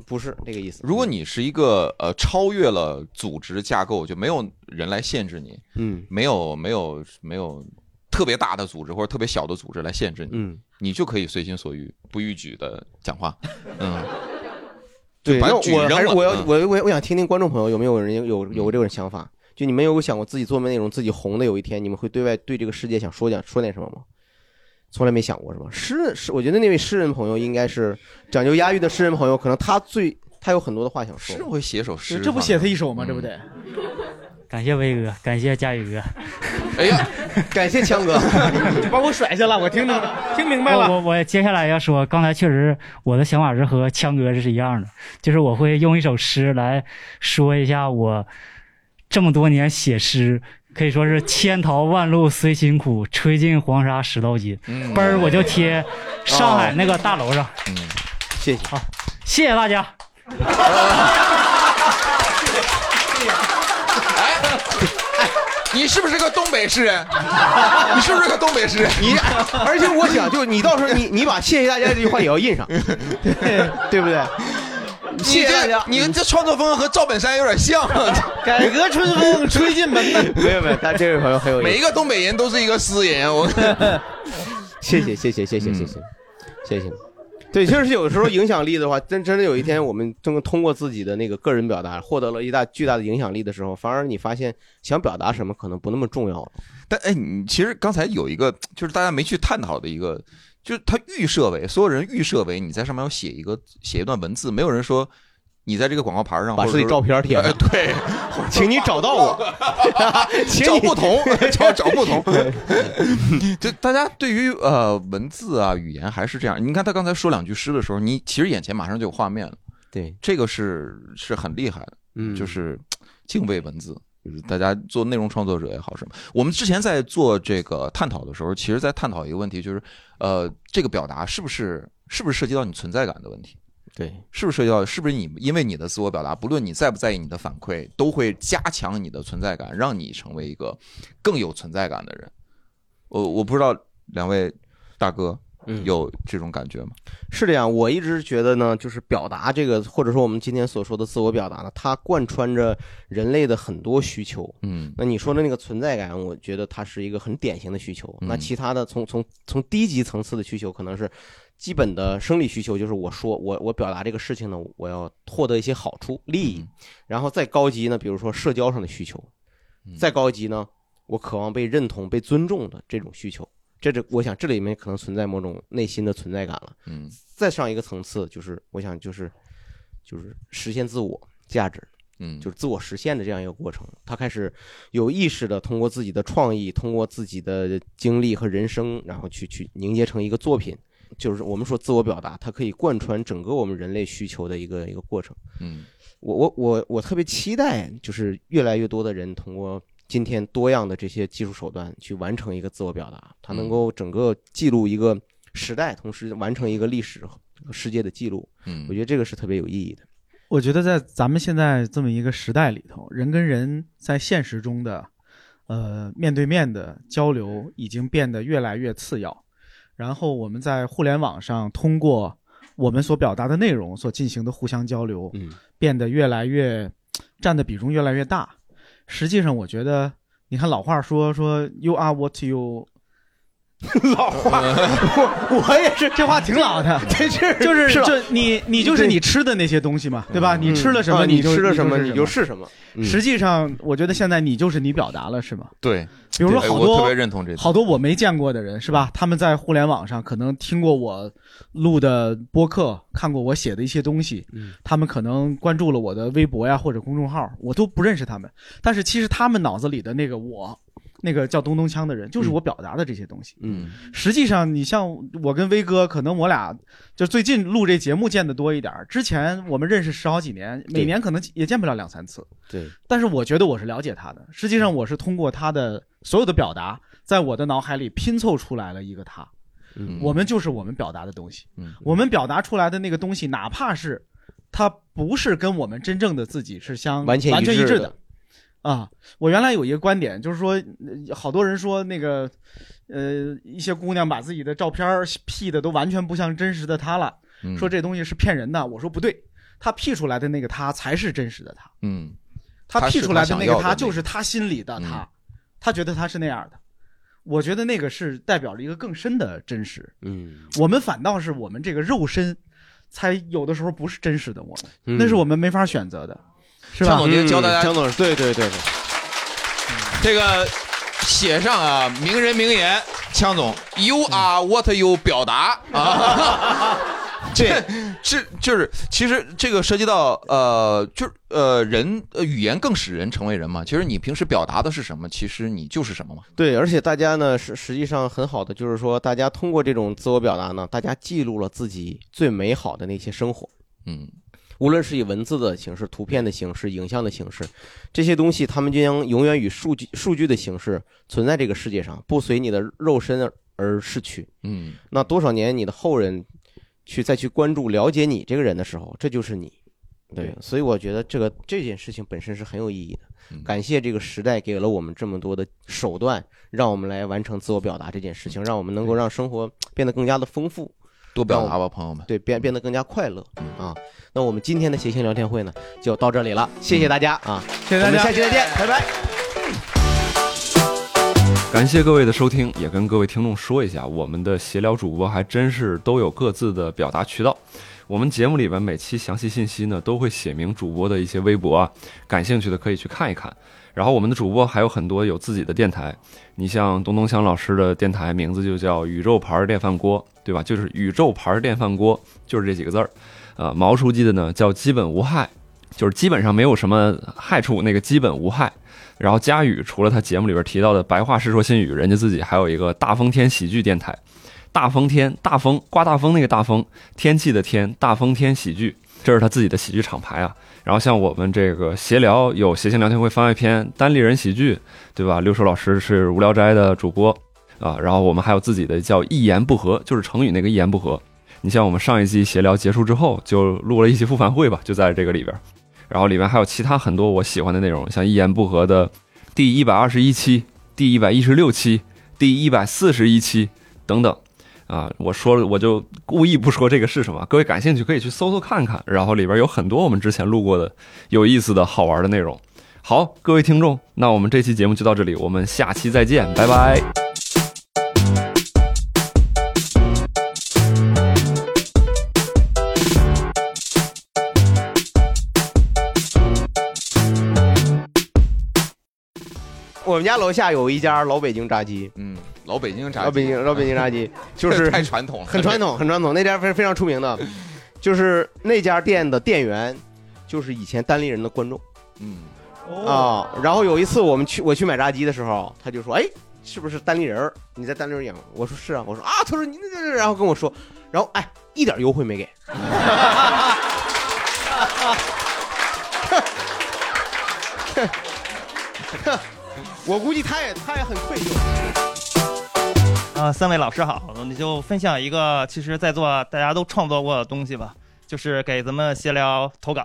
不是这个意思。嗯
如果你是一个呃超越了组织架构，就没有人来限制你，
嗯，
没有没有没有特别大的组织或者特别小的组织来限制你，
嗯，
你就可以随心所欲、不逾矩的讲 话，嗯，
对，
把
那
矩扔
我还是
了
我要
嗯
我我我想听听观众朋友有没有人有有有这种想法？就你们有想过自己做内容自己红的有一天，你们会对外对这个世界想说点说点什么吗？从来没想过是吧？诗人是，我觉得那位诗人朋友应该是讲究押韵的诗人朋友，可能他最他有很多的话想说。
诗人会写首诗
这不写他一首吗？这不得？
感谢威哥，感谢佳宇哥，
哎呀，
感谢强哥，
你把我甩下了，我听懂了，听明白
我
了。
我我接下来要说，刚才确实我的想法是和强哥这是一样的，就是我会用一首诗来说一下我这么多年写诗，可以说是千淘万漉虽辛苦，吹尽黄沙始到金。
嗯
嘣儿、我就贴上海那个大楼上。
嗯，
谢谢，
好，谢谢大家。
你是不是个东北诗 人？你 是不是个东北诗人？
你，而且我想，就你到时候你你把谢谢大家这句话也要印上， 对不对？
你这你这创作风和赵本山有点像，
改革春风吹进 门呐。
没有没有，但这位朋友很有意思。
每一个东北人都是一个诗人，我
谢谢谢谢谢谢谢谢谢谢。嗯对，确实是有的时候影响力的话，真真的有一天我们正通过自己的那个个人表达获得了一大巨大的影响力的时候，反而你发现想表达什么可能不那么重要了。
但哎，你其实刚才有一个，就是大家没去探讨的一个，就是他预设为所有人预设为你在上面要写一个写一段文字，没有人说你在这个广告牌上
把
或者
自己
说
照片贴上
哎对，
请你找到 我，请
找
你
不 同，找找不同。就大家对于呃文字啊语言还是这样，你看他刚才说两句诗的时候，你其实眼前马上就有画面了。
对，
这个是是很厉害的，
嗯，
就是敬畏文字。就是
嗯
大家做内容创作者也好什么，我们之前在做这个探讨的时候，其实在探讨一个问题，就是呃，这个表达是不是是不是涉及到你存在感的问题？
对，
是不是涉及到是不是你因为你的自我表达，不论你在不在意你的反馈，都会加强你的存在感，让你成为一个更有存在感的人。我我不知道两位大哥
嗯
有这种感觉吗？
是这样，我一直觉得呢，就是表达这个，或者说我们今天所说的自我表达呢，它贯穿着人类的很多需求。
嗯，
那你说的那个存在感，我觉得它是一个很典型的需求。
嗯
那其他的从从从低级层次的需求，可能是基本的生理需求，就是我说我我表达这个事情呢，我要获得一些好处利益。
嗯
然后再高级呢，比如说社交上的需求，
嗯
再高级呢，我渴望被认同、被尊重的这种需求。这这，我想这里面可能存在某种内心的存在感了。
嗯，
再上一个层次，就是我想就是就是实现自我价值，
嗯，
就是自我实现的这样一个过程。他开始有意识的通过自己的创意，通过自己的经历和人生，然后去去凝结成一个作品。就是我们说自我表达，它可以贯穿整个我们人类需求的一个一个过程。
嗯，
我我我我特别期待，就是越来越多的人通过今天多样的这些技术手段去完成一个自我表达，它
嗯
能够整个记录一个时代，同时完成一个历史和呃世界的记录。
嗯，
我觉得这个是特别有意义的。
我觉得在咱们现在这么一个时代里头，人跟人在现实中的，呃，面对面的交流已经变得越来越次要。然后我们在互联网上通过我们所表达的内容所进行的互相交流，
嗯，
变得越来越占的比重越来越大。实际上，我觉得，你看老话说说 “you are what you”，
老话，我我也是，
这话挺老 的，
这是
就是
是吧
就你你就是你
对
吃的那些东西嘛，对吧？
嗯
你吃了什么，
啊你
就
吃了什么
么，
你就是什么。嗯
实际上，我觉得现在你就是你表达了，是吗？
对，
比如说好
我
多
特别认同这点
好多我没见过的人是吧？他们在互联网上可能听过我录的播客，看过我写的一些东西，
嗯
他们可能关注了我的微博呀或者公众号，我都不认识他们。但是其实他们脑子里的那个我，那个叫东东锵的人，就是我表达的这些东西。
嗯，
实际上，你像我跟威哥，可能我俩就最近录这节目见的多一点儿。之前我们认识十好几年，
对
每年可能也见不了两三次。
对，
但是我觉得我是了解他的，实际上我是通过他的所有的表达，在我的脑海里拼凑出来了一个他。
嗯
我们就是我们表达的东西，
嗯
我们表达出来的那个东西，哪怕是它不是跟我们真正的自己是相
完全一致的
致的，啊，我原来有一个观点，就是说，呃好多人说那个，呃，一些姑娘把自己的照片儿 P 的都完全不像真实的她了，
嗯
说这东西是骗人的。我说不对，她 P 出来的那个她才是真实的她，
嗯，
她 P
是
出来
想
那
要
个
的嗯
她就是她心里的她，她觉得她是那样的。我觉得那个是代表了一个更深的真实，
嗯，
我们反倒是我们这个肉身，才有的时候不是真实的我们，
嗯
那是我们没法选择的，是吧？
张总监教大家
嗯张总，对对对对，
这个写上啊，名人名言，枪总，You are what you 表达啊。 这这就是，其实这个涉及到呃，就是呃，人呃，语言更使人成为人嘛。其实你平时表达的是什么，其实你就是什么嘛。
对，而且大家呢是实际上很好的，就是说大家通过这种自我表达呢，大家记录了自己最美好的那些生活。
嗯，
无论是以文字的形式、图片的形式、影像的形式，这些东西它们将永远以数据数据的形式存在这个世界上，不随你的肉身而而逝去。
嗯，
那多少年你的后人去再去关注了解你这个人的时候，这就是你。对，所以我觉得这个这件事情本身是很有意义的。感谢这个时代给了我们这么多的手段，让我们来完成自我表达这件事情，让我们能够让生活变得更加的丰富。
多表达吧
让我
朋友们。嗯
对，变变得更加快乐啊！那我们今天的谐星聊天会呢，就到这里了，谢
嗯
谢大家啊！
谢谢大
我
家
们下期再见，拜拜。
哎
感谢各位的收听，也跟各位听众说一下，我们的闲聊主播还真是都有各自的表达渠道。我们节目里边每期详细信息呢，都会写明主播的一些微博啊，感兴趣的可以去看一看。然后我们的主播还有很多有自己的电台，你像东东香老师的电台名字就叫宇宙牌电饭锅，对吧？就是宇宙牌电饭锅，就是这几个字儿。呃，毛书记的呢叫基本无害，就是基本上没有什么害处，那个基本无害。然后佳宇除了他节目里边提到的《白话世说新语》，人家自己还有一个大风天喜剧电台，大风天大风刮大风那个大风，天气的天，大风天喜剧，这是他自己的喜剧厂牌啊。然后像我们这个闲聊有谐星聊天会番外篇，单立人喜剧，对吧？六叔老师是无聊斋的主播啊，然后我们还有自己的叫一言不合，就是成语那个一言不合。你像我们上一季闲聊结束之后，就录了一期复盘会吧，就在这个里边儿。然后里面还有其他很多我喜欢的内容，像一言不合的第一百二十一期、第一百一十六期、第一百四十一期等等。啊，我说了，我就故意不说这个是什么，各位感兴趣可以去搜搜看看。然后里边有很多我们之前录过的有意思的好玩的内容。好，各位听众，那我们这期节目就到这里，我们下期再见，拜拜。
我们家楼下有一家老北京炸鸡，
嗯，老北京炸鸡嗯
老北京老北京炸鸡就是
太传统了
很传统，很传统。那家非非常出 名的，就是那家店的店员，就是以前单立人的观众
嗯，哦
啊。然后有一次我们去我去买炸鸡的时候，他就说：“哎，是不是单立人儿？你在单立人演过？”我说：“是啊。”我说：“啊。”他说：“你那那……”然后跟我说，然后哎，一点优惠没给。
啊
我估计他也他也很愧疚。
啊，三位老师好，我们就分享一个，其实在座大家都创作过的东西吧，就是给咱们闲聊投 稿。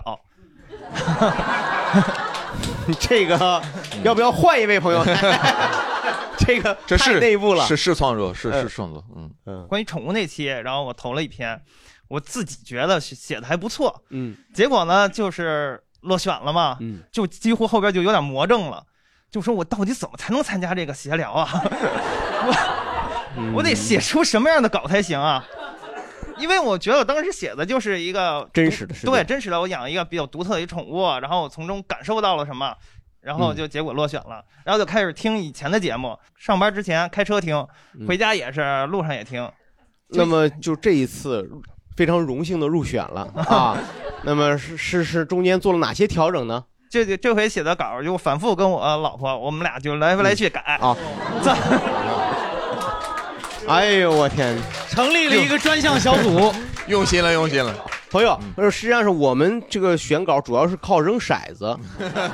这个要不要换一位 朋友？这个
嗯这
太
是
内部了，
是是创作，是
嗯
是创作，嗯
嗯，
关于宠物那期，然后我投了一篇，我自己觉得写写的还不错，
嗯，
结果呢就是落选了嘛，
嗯，
就几乎后边就有点魔怔了，就说我到底怎么才能参加这个闲聊啊？
嗯
我我得写出什么样的稿才行啊？因为我觉得我当时写的就是一个
真实的世界
对真实的，我养一个比较独特的一宠物，然后我从中感受到了什么，然
嗯
后就结果落选了，然后就开始听以前的节目，上班之前开车听，回家也是路上也听。
嗯那么就这一次非常荣幸的入选了啊。那么是是是中间做了哪些调整呢？
这这这回写的稿儿就反复跟我老婆，我们俩就来回来去改
啊。
这
哎呦我天！
成立了一个专项小组，
用心了，用心了。
朋友，呃实际上是我们这个选稿
嗯
主要是靠扔骰子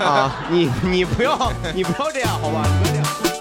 啊，你你不要你不要这样好吧？你不要这样。